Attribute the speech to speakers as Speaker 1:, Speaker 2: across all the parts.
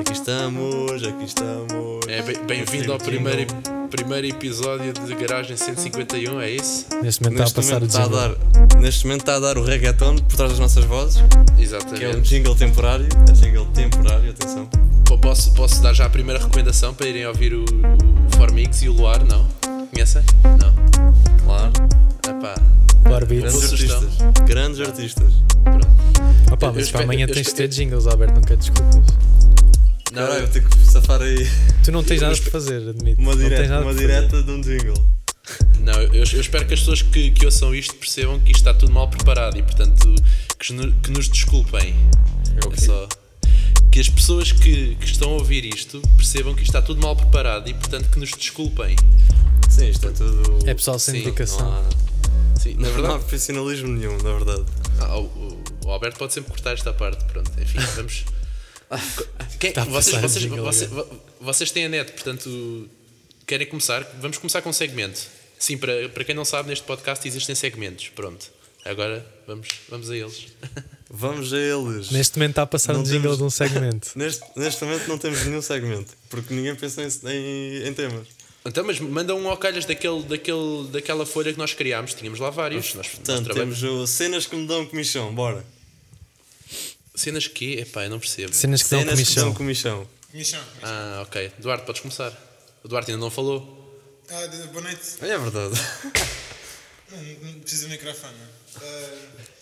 Speaker 1: Aqui estamos, aqui estamos.
Speaker 2: É bem- Bem-vindo Tá ao primeiro, ep- primeiro episódio de Garagem 151, é isso?
Speaker 3: Neste momento
Speaker 1: Neste
Speaker 3: está a passar
Speaker 1: momento,
Speaker 3: o
Speaker 1: está a
Speaker 3: jingle.
Speaker 1: dar, neste momento está a dar o reggaeton por trás das nossas vozes, que é um
Speaker 2: Exatamente.
Speaker 1: jingle temporário. É jingle temporário, atenção.
Speaker 2: Pô, Posso, posso dar já a primeira recomendação para irem ouvir o, o Formix e o Luar, não? Conhecem? Não.
Speaker 1: Claro.
Speaker 2: Epá,
Speaker 3: Claro, Beats.
Speaker 1: Grandes
Speaker 2: Boa sugestão.
Speaker 1: artistas. Grandes artistas.
Speaker 2: pronto.
Speaker 3: Opa,
Speaker 2: eu
Speaker 3: mas para
Speaker 2: espero-
Speaker 3: amanhã
Speaker 2: eu
Speaker 3: tens de
Speaker 2: espero-
Speaker 3: ter jingles, Alberto, nunca desculpas.
Speaker 2: Não,
Speaker 1: Caralho, vou ter que safar aí
Speaker 3: Tu não tens
Speaker 2: eu
Speaker 3: nada
Speaker 2: espe-
Speaker 3: para fazer, admito.
Speaker 1: uma
Speaker 3: não tens
Speaker 1: direta,
Speaker 3: nada
Speaker 1: uma
Speaker 3: para
Speaker 1: direta de um jingle.
Speaker 2: não eu, eu espero que as pessoas que, que ouçam isto percebam que isto está tudo mal preparado e, portanto, que, nos- que nos desculpem.
Speaker 1: É
Speaker 2: É só que as pessoas que, que estão a ouvir isto percebam que isto está tudo mal preparado e, portanto, que nos desculpem.
Speaker 1: Sim, isto é tudo.
Speaker 3: fazer. É pessoal sem
Speaker 2: Sim,
Speaker 3: dedicação.
Speaker 1: Não há,
Speaker 2: Sim, na
Speaker 1: não há
Speaker 2: é verdade,
Speaker 1: profissionalismo nenhum, na verdade.
Speaker 2: ah, o, o- o Alberto pode sempre cortar esta parte. Pronto, enfim, vamos. Quem-
Speaker 3: Está a
Speaker 2: vocês,
Speaker 3: passar
Speaker 2: vocês,
Speaker 3: jingle
Speaker 2: vocês, vo- vocês têm a net, portanto, querem começar? Vamos começar com um segmento. Sim, para, para quem não sabe, neste podcast existem segmentos. Pronto, agora vamos, vamos a eles.
Speaker 1: Vamos a eles.
Speaker 3: Neste momento está a passar
Speaker 1: Não
Speaker 3: um jingle
Speaker 1: temos-
Speaker 3: de um segmento.
Speaker 1: Neste, neste momento não temos nenhum segmento, porque ninguém pensou em, em, em temas.
Speaker 2: Então, mas manda um ao calhas daquele, daquele, daquela folha que nós criámos. Tínhamos lá vários. Nós, nós
Speaker 1: Portanto,
Speaker 2: trabalhamos-
Speaker 1: temos o cenas que me dão comichão, bora.
Speaker 2: Cenas que? Epá, eu não percebo.
Speaker 3: Cenas que dão
Speaker 1: cenas que dão
Speaker 3: comichão.
Speaker 1: comichão.
Speaker 4: Michão.
Speaker 2: Ah, ok. Duarte, podes começar. O Duarte ainda não falou.
Speaker 4: Ah, de- boa noite.
Speaker 1: É verdade.
Speaker 4: Não, não precisa de microfone. não. Ah,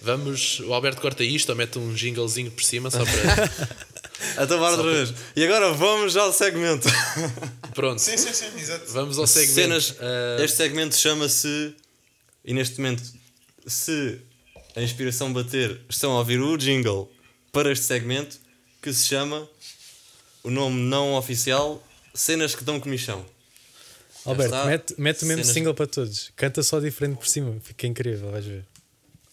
Speaker 2: Vamos, o Alberto corta isto ou mete um jinglezinho por cima só para.
Speaker 1: Então bora outra vez. E agora vamos ao segmento.
Speaker 2: Pronto,
Speaker 4: sim, sim, sim, exato.
Speaker 2: vamos ao segmento.
Speaker 1: Cenas.
Speaker 2: Ah,
Speaker 1: Este segmento chama-se. E neste momento, se a inspiração bater, estão a ouvir o jingle para este segmento que se chama o nome não oficial Cenas que dão comichão.
Speaker 3: Alberto,
Speaker 1: está.
Speaker 3: mete, mete o mesmo
Speaker 1: Cenas-
Speaker 3: single para todos. Canta só diferente por cima. Fica incrível, vais ver.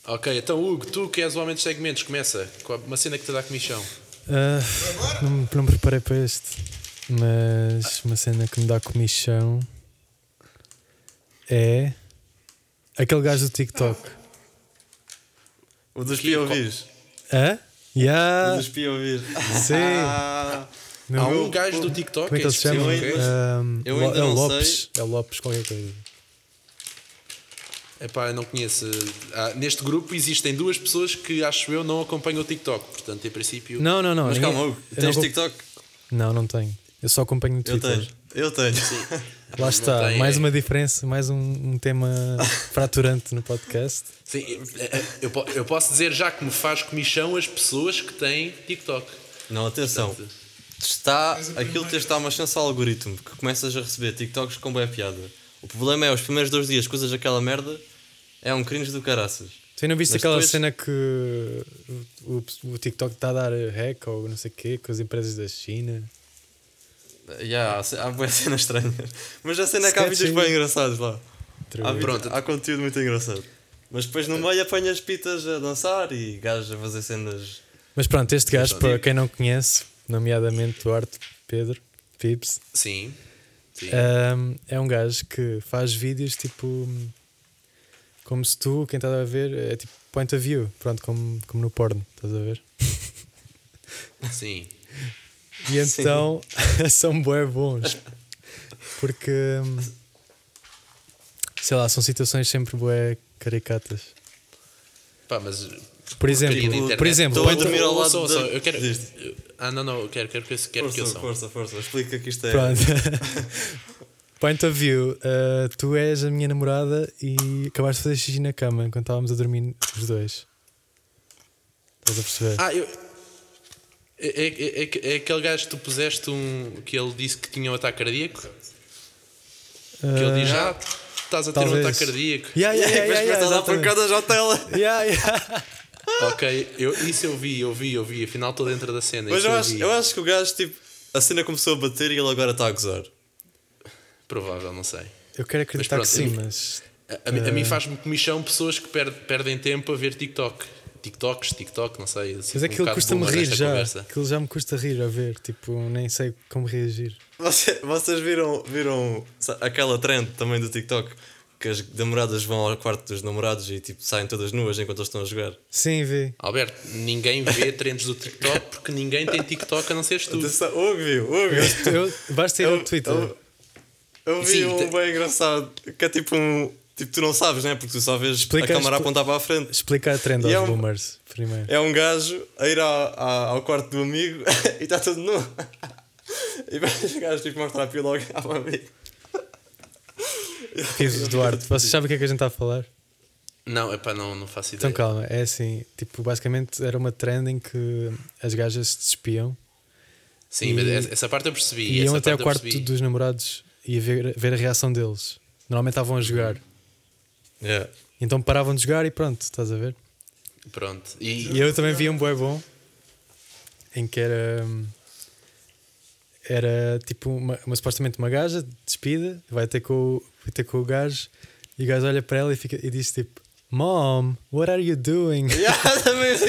Speaker 2: ok, então Hugo, tu que és o homem dos segmentos, começa com uma cena que te dá comichão.
Speaker 3: Ah, não, me- não me preparei para este. Mas uma cena que me dá comichão é aquele gajo do TikTok.
Speaker 1: O dos
Speaker 2: Que-
Speaker 1: POVs.
Speaker 3: Hã?
Speaker 1: O
Speaker 3: Yeah,
Speaker 1: dos POVs.
Speaker 3: sim.
Speaker 1: Ah,
Speaker 3: Não-
Speaker 2: Há um gajo do TikTok.
Speaker 3: Como é que ele se chama?
Speaker 1: Eu ainda-
Speaker 3: Ahm,
Speaker 1: eu
Speaker 3: Lo-
Speaker 1: ainda
Speaker 3: é
Speaker 1: não
Speaker 3: Lopes. É Lopes, qualquer coisa.
Speaker 2: É pá, eu não conheço. Ah, neste grupo existem duas pessoas que acho eu não acompanham o TikTok. Portanto, em princípio.
Speaker 3: Não, não, não.
Speaker 1: Mas
Speaker 3: ninguém-
Speaker 1: calma, Hugo,
Speaker 3: eu
Speaker 1: tens
Speaker 3: não,
Speaker 1: TikTok?
Speaker 3: Não, não tenho. Eu só acompanho no
Speaker 1: Eu
Speaker 3: Twitter.
Speaker 1: tenho. Eu tenho.
Speaker 3: Lá está,
Speaker 2: tem,
Speaker 3: mais
Speaker 2: é.
Speaker 3: uma diferença, mais um, um tema fraturante no podcast.
Speaker 2: Sim, é- é- eu, po- eu posso dizer já que me faz comichão as pessoas que têm TikTok.
Speaker 1: Não, atenção.
Speaker 2: Portanto,
Speaker 1: Está,
Speaker 4: Mas o
Speaker 1: aquilo
Speaker 4: primeiro-
Speaker 1: tens de dar uma chance ao algoritmo que começas a receber TikToks com boa piada. O problema é os primeiros dois dias coisas daquela merda é um cringe do caraças.
Speaker 3: Tu ainda viste
Speaker 1: Mas
Speaker 3: aquela
Speaker 1: depois-
Speaker 3: cena que o, o TikTok está a dar hack ou não sei o quê com as empresas da China?
Speaker 1: Yeah, há ce- há boas cenas estranhas. Mas a cena é que há
Speaker 3: Sketchy.
Speaker 1: vídeos bem engraçados lá.
Speaker 3: Outra
Speaker 1: Há,
Speaker 3: vez.
Speaker 1: vídeos-
Speaker 2: Pronto.
Speaker 1: há conteúdo muito engraçado. Mas depois no meio apanhas pitas a dançar e gajos a fazer cenas.
Speaker 3: Mas pronto, este gajo, para quem não conhece, nomeadamente Duarte Pedro Pips,
Speaker 2: Sim. Sim.
Speaker 3: Um, é um gajo que faz vídeos tipo. Como se tu, quem estás a ver, é tipo point of view, pronto, como, como no porno, estás a ver?
Speaker 2: Sim.
Speaker 3: E então são bué bons. Porque. hum, Sei lá, são situações sempre bué caricatas.
Speaker 2: Pá, mas.
Speaker 3: Por
Speaker 2: porcaria da
Speaker 3: exemplo,
Speaker 2: internet.
Speaker 3: por exemplo,
Speaker 1: Estou a
Speaker 3: point of-
Speaker 1: dormir ao
Speaker 2: Ou- ou-
Speaker 1: lado
Speaker 2: só- só,
Speaker 1: da-
Speaker 2: eu quero.
Speaker 1: disto.
Speaker 2: Ah, não, não, eu quero, quero que, eu- quero que eu
Speaker 1: Força,
Speaker 2: são.
Speaker 1: força, força. Explica que isto é.
Speaker 3: pronto. point of view, uh, tu és a minha namorada e acabaste de fazer xixi na cama enquanto estávamos a dormir os dois. Estás a perceber?
Speaker 2: Ah, eu. É, é, é- é aquele gajo que tu puseste um. que ele disse que tinha um ataque cardíaco? Que ele diz, ah, estás a ter um
Speaker 3: talvez.
Speaker 2: ataque cardíaco.
Speaker 3: Yeah,
Speaker 1: E
Speaker 3: yeah,
Speaker 1: aí que
Speaker 3: yeah,
Speaker 1: vais
Speaker 3: yeah,
Speaker 1: começar a dar
Speaker 3: exatamente.
Speaker 1: pancadas à tela.
Speaker 3: Yeah, yeah.
Speaker 2: Ok, eu, isso eu vi, eu vi, eu vi. Afinal, estou dentro da cena.
Speaker 1: Mas
Speaker 2: isso
Speaker 1: eu acho,
Speaker 2: vi.
Speaker 1: eu acho que o gajo, tipo, a cena começou a bater e ele agora está a gozar.
Speaker 2: Provável, não sei.
Speaker 3: Eu quero acreditar
Speaker 2: Mas
Speaker 3: que sim,
Speaker 2: pronto,
Speaker 3: mas.
Speaker 2: A, a mim-
Speaker 3: Ah.
Speaker 2: a mim faz-me comichão pessoas que per- perdem tempo a ver TikTok. TikToks, TikTok, não sei. eu sinto
Speaker 3: Mas
Speaker 2: um
Speaker 3: é aquilo
Speaker 2: bocado
Speaker 3: custa-me
Speaker 2: boomer
Speaker 3: rir
Speaker 2: nesta
Speaker 3: já.
Speaker 2: conversa.
Speaker 3: Aquilo já me custa rir a ver. Tipo, nem sei como reagir.
Speaker 1: Você- vocês viram, viram sa- aquela trend também do TikTok que as namoradas vão ao quarto dos namorados e tipo saem todas nuas enquanto eles estão a jogar.
Speaker 3: Sim, vi.
Speaker 2: Alberto, ninguém vê trends do TikTok porque ninguém tem TikTok a não seres tu.
Speaker 1: Atenção, Óbvio, óbvio.
Speaker 3: Eu, basta ir ao Twitter.
Speaker 1: Eu, eu vi
Speaker 2: Sim,
Speaker 1: um
Speaker 2: te-
Speaker 1: bem engraçado que é tipo um. Tipo, tu não sabes, né? Porque tu só vês
Speaker 3: Explica-
Speaker 1: a câmara a
Speaker 3: expli-
Speaker 1: apontar para a frente.
Speaker 3: Explicar a trend aos
Speaker 1: E é um-
Speaker 3: boomers primeiro.
Speaker 1: É um gajo a ir à- à- ao quarto do amigo e está todo nu. E vai os gajos tipo mostrar a pila logo ao amigo.
Speaker 3: Piso Duarte, vocês sabem o que é que a gente está a falar?
Speaker 2: Não, epá, não, não faço ideia.
Speaker 3: Então calma, é assim, tipo, basicamente era uma trend em que as gajas se despiam
Speaker 2: Sim,
Speaker 3: E-
Speaker 2: mas essa- essa parte eu percebi.
Speaker 3: e
Speaker 2: essa
Speaker 3: iam até ao
Speaker 2: parte eu
Speaker 3: quarto
Speaker 2: percebi.
Speaker 3: dos namorados e ver, ver a reação deles. Normalmente estavam a jogar. Então paravam de jogar e pronto, estás a ver?
Speaker 2: Pronto. E,
Speaker 3: E eu também vi um bué bom em que era hum, era tipo uma, uma- supostamente uma gaja despida, vai ter com o, vai ter com o gajo e o gajo olha para ela e, fica, e diz tipo Mom, what are you doing?
Speaker 1: Yeah, também vi.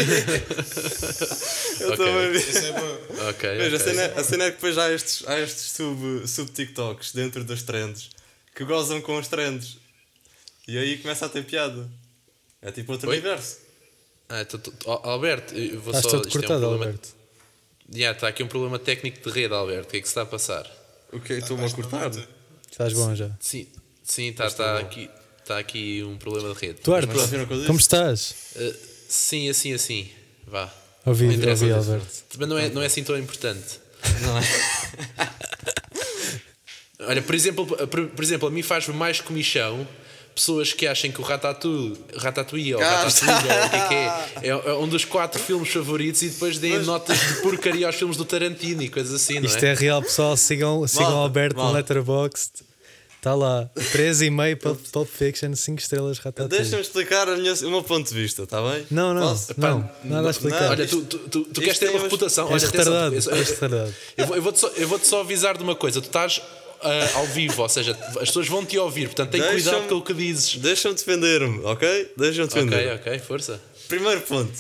Speaker 1: Eu
Speaker 2: Ok.
Speaker 1: também vi.
Speaker 4: Isso é bom.
Speaker 2: Ok.
Speaker 1: Mas a
Speaker 2: ok.
Speaker 1: cena, a cena é que depois há estes, há estes sub, sub-TikToks dentro das trends que gozam com os trends. E aí começa a ter piada. É tipo outro
Speaker 2: Oi?
Speaker 1: universo.
Speaker 2: Ah, tô- tô- ó, Alberto, eu vou
Speaker 3: Estás
Speaker 2: só.
Speaker 3: todo
Speaker 2: isto é um
Speaker 3: Ah, cortado,
Speaker 2: problema-
Speaker 3: Alberto.
Speaker 2: Yeah, está aqui um problema técnico de rede, Alberto. O que é que se está a passar?
Speaker 1: O que Estou-me a cortar?
Speaker 3: Estás bom já.
Speaker 2: Sim, sim, está tá aqui, tá aqui um problema de rede.
Speaker 3: Duarte,
Speaker 1: Mas viram o que eu disse?
Speaker 3: como estás?
Speaker 2: Ah, sim, assim, assim. Vá.
Speaker 3: Ouvi,
Speaker 2: Não interessa,
Speaker 3: ouvi,
Speaker 2: não interessa.
Speaker 3: Alberto.
Speaker 2: Mas não é, não é assim tão importante.
Speaker 1: Não é?
Speaker 2: Olha, por exemplo, por, por exemplo, a mim faz mais comichão pessoas que acham que o Ratatouille, Ratatouille ou
Speaker 1: Cá
Speaker 2: Ratatouille, ou o que é que é, é, é um dos quatro filmes favoritos e depois deem notas de porcaria aos filmes do Tarantino e coisas assim, não
Speaker 3: Isto é real, pessoal. Sigam, sigam
Speaker 1: Malta,
Speaker 3: Alberto no
Speaker 1: malta.
Speaker 3: Letterboxd. Está lá, 3,5 para Pulp Fiction, 5 estrelas
Speaker 1: Deixa-me
Speaker 3: ratatouille.
Speaker 1: explicar a minha, o meu ponto de vista, está bem?
Speaker 3: Não, não,
Speaker 1: Posso?
Speaker 3: não,
Speaker 2: Epá,
Speaker 3: nada a explicar.
Speaker 1: não,
Speaker 2: Olha, tu,
Speaker 1: Isto-
Speaker 2: tu, tu, tu
Speaker 1: isto é
Speaker 2: queres ter
Speaker 1: tem
Speaker 2: uma
Speaker 1: umas-
Speaker 2: reputação.
Speaker 3: És
Speaker 2: Olha, atenção,
Speaker 3: retardado,
Speaker 2: eu- eu-
Speaker 3: és retardado.
Speaker 2: Eu vou- eu vou-te só, eu vou-te só avisar de uma coisa: tu estás ah, ao vivo, ou seja, as pessoas vão te ouvir, portanto tem
Speaker 1: Deixa-me-
Speaker 2: cuidado com o que dizes.
Speaker 1: Deixa-me defender-me, ok? Deixa-me defender.
Speaker 2: Ok, ok, força.
Speaker 1: Primeiro ponto.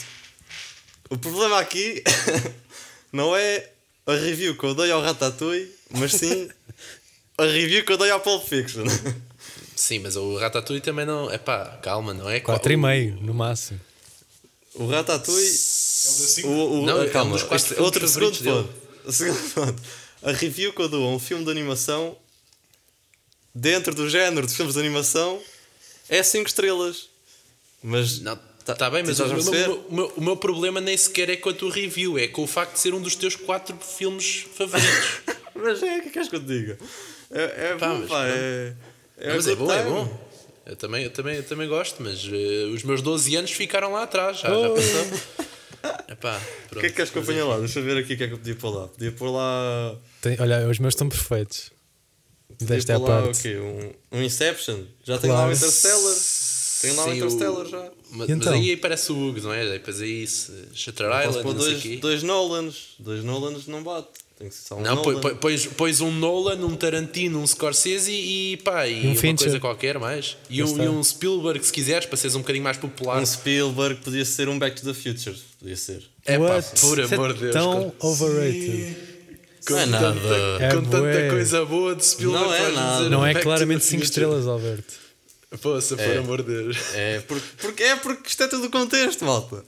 Speaker 1: O problema aqui não é a review que eu dei ao Ratatouille, mas sim a review que eu dei ao Pulp Fiction.
Speaker 2: Sim, mas o Ratatouille também não. Epá, calma, não é?
Speaker 3: 4,5 no máximo.
Speaker 1: O Ratatouille. O, o- ah,
Speaker 2: Não, é um
Speaker 1: calma,
Speaker 2: dos quatro
Speaker 1: este-
Speaker 2: filmes
Speaker 1: outro segundo
Speaker 2: favoritos
Speaker 1: ponto. O segundo ponto. A review que eu dou a um filme de animação dentro do género de filmes de animação é 5 estrelas. Mas
Speaker 2: Não, tá, tá bem, mas o
Speaker 1: estás a
Speaker 2: meu,
Speaker 1: perceber?
Speaker 2: o meu- o meu problema nem sequer é com a tua review, é com o facto de ser um dos teus quatro filmes favoritos.
Speaker 1: Mas é o que queres que eu te diga? É, é
Speaker 2: Pá,
Speaker 1: bom,
Speaker 2: mas
Speaker 1: pá.
Speaker 2: pronto.
Speaker 1: É, é
Speaker 2: Não, mas é
Speaker 1: good
Speaker 2: bom, é
Speaker 1: time.
Speaker 2: bom. Eu também, eu também, eu também gosto, mas eh, os meus 12 anos ficaram lá atrás, já, já
Speaker 3: Oh.
Speaker 2: pensou? Epá,
Speaker 1: O
Speaker 2: pronto.
Speaker 1: que é que queres que eu
Speaker 2: mas é-
Speaker 1: ponha lá? Deixa eu ver aqui o que é que eu podia pôr lá. Podia pôr lá.
Speaker 3: Tem- olha, os meus estão perfeitos.
Speaker 1: Podia
Speaker 3: Desta é a
Speaker 2: Tipo
Speaker 1: pôr lá
Speaker 3: parte.
Speaker 1: o quê? Um, um Inception? Já tenho lá
Speaker 3: Claro.
Speaker 1: o Interstellar. Tenho lá o
Speaker 2: Sim,
Speaker 1: Interstellar já.
Speaker 2: Mas,
Speaker 3: E então?
Speaker 2: mas aí parece o Hugo, não é? Depois aí se- Shutter
Speaker 1: Posso
Speaker 2: Island,
Speaker 1: pôr
Speaker 2: não sei o
Speaker 1: dois,
Speaker 2: quê.
Speaker 1: dois Nolans. Dois Nolans não bate. Tem que ser só um
Speaker 2: Não, põe-
Speaker 1: Nolan.
Speaker 2: põe- pões, pões um Nolan, um Tarantino, um Scorsese e pá, e,
Speaker 3: um
Speaker 2: uma
Speaker 3: Fincher.
Speaker 2: coisa qualquer mais. E
Speaker 3: Já
Speaker 2: um,
Speaker 3: está.
Speaker 2: e um Spielberg, se quiseres, para seres um bocadinho mais popular.
Speaker 1: Um Spielberg podia ser um Back to the Future. Podia ser.
Speaker 2: É pá,
Speaker 3: What?
Speaker 2: por
Speaker 3: Isso é
Speaker 2: amor de Deus.
Speaker 3: Tão
Speaker 2: com-
Speaker 3: overrated.
Speaker 1: Não é nada.
Speaker 3: É
Speaker 2: com tanta
Speaker 3: bué.
Speaker 2: coisa boa de Spielberg.
Speaker 1: Não é
Speaker 2: vais-me
Speaker 1: nada.
Speaker 2: dizer um
Speaker 3: Não
Speaker 2: Back
Speaker 3: é
Speaker 2: to
Speaker 3: claramente
Speaker 2: the
Speaker 3: 5
Speaker 2: Future.
Speaker 3: estrelas, Alberto.
Speaker 2: Poça, por amor de Deus.
Speaker 1: É porque, porque, é porque isto é tudo o contexto, malta.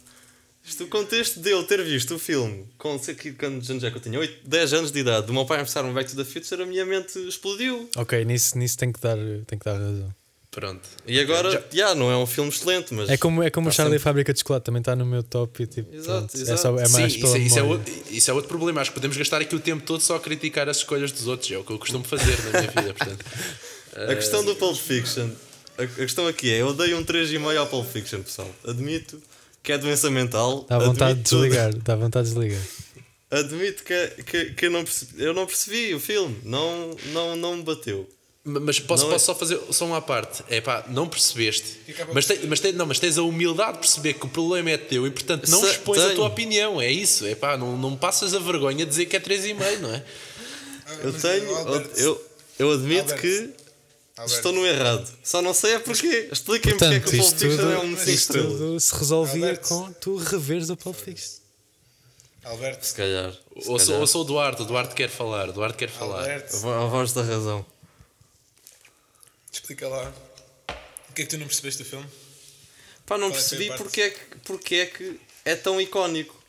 Speaker 1: Isto o contexto de eu ter visto o filme com sei que quantos anos é que eu tinha? 8, 10 anos de idade, do meu pai começar um Back to the Future, a minha mente explodiu.
Speaker 3: Ok, nisso, nisso tem, que dar, tem que dar razão.
Speaker 2: Pronto.
Speaker 1: E agora, já,
Speaker 2: Já-
Speaker 1: não é um filme excelente, mas
Speaker 3: É como, é como o
Speaker 1: Tá
Speaker 3: Charlie Fábrica de Chocolate, também está no meu top. E, tipo,
Speaker 1: Exato,
Speaker 3: pronto, É,
Speaker 1: exato.
Speaker 3: só, é
Speaker 2: Sim,
Speaker 3: mais
Speaker 2: isso,
Speaker 3: pela
Speaker 2: é- isso é
Speaker 3: memória.
Speaker 2: outro, isso é outro problema. Acho que podemos gastar aqui o tempo todo só a criticar as escolhas dos outros. É o que eu costumo fazer na minha vida, portanto.
Speaker 1: a questão do Pulp Fiction. A, a questão aqui é: eu dei um 3,5 ao Pulp Fiction, pessoal. Admito que é doença mental.
Speaker 3: Dá vontade de
Speaker 1: admito tudo.
Speaker 3: desligar. Dá vontade de desligar.
Speaker 1: Admito que, que, que eu, não percebi, eu não percebi o filme, não, não, não me bateu.
Speaker 2: Mas posso,
Speaker 1: Não é-
Speaker 2: posso só fazer só uma parte. É pá, não percebeste.
Speaker 4: Fica para
Speaker 2: Mas, te- mas, te- não, mas tens a humildade de perceber que o problema é teu e, portanto, não
Speaker 1: Se-
Speaker 2: expões a
Speaker 1: tenho.
Speaker 2: tua opinião. É isso. É pá, não, não passas a vergonha de dizer que é 3,5, não é?
Speaker 4: Ah,
Speaker 1: Eu
Speaker 4: é
Speaker 1: tenho, eu, eu admito
Speaker 4: Alberto.
Speaker 1: que Estou no errado. Só não sei é porquê. Expliquem-me porque é que
Speaker 3: Portanto,
Speaker 1: o Pulp
Speaker 3: isto
Speaker 1: Fiction é um
Speaker 3: tudo,
Speaker 1: 5
Speaker 3: isto
Speaker 1: estrelas.
Speaker 3: tudo se resolvia
Speaker 4: Alberto.
Speaker 3: com tu reveres o Pulp Fiction.
Speaker 4: Alberto,
Speaker 1: Se calhar. se
Speaker 2: Ou sou,
Speaker 1: calhar.
Speaker 2: ou sou o Duarte. O Duarte quer falar. O Duarte quer falar.
Speaker 4: Alberto,
Speaker 1: A vo- A voz da razão.
Speaker 4: explica lá. O que é que tu não percebeste do filme?
Speaker 1: Pá, não
Speaker 4: Qual é que foi a
Speaker 1: percebi
Speaker 4: parte?
Speaker 1: porque é, que, porque é que é tão icónico.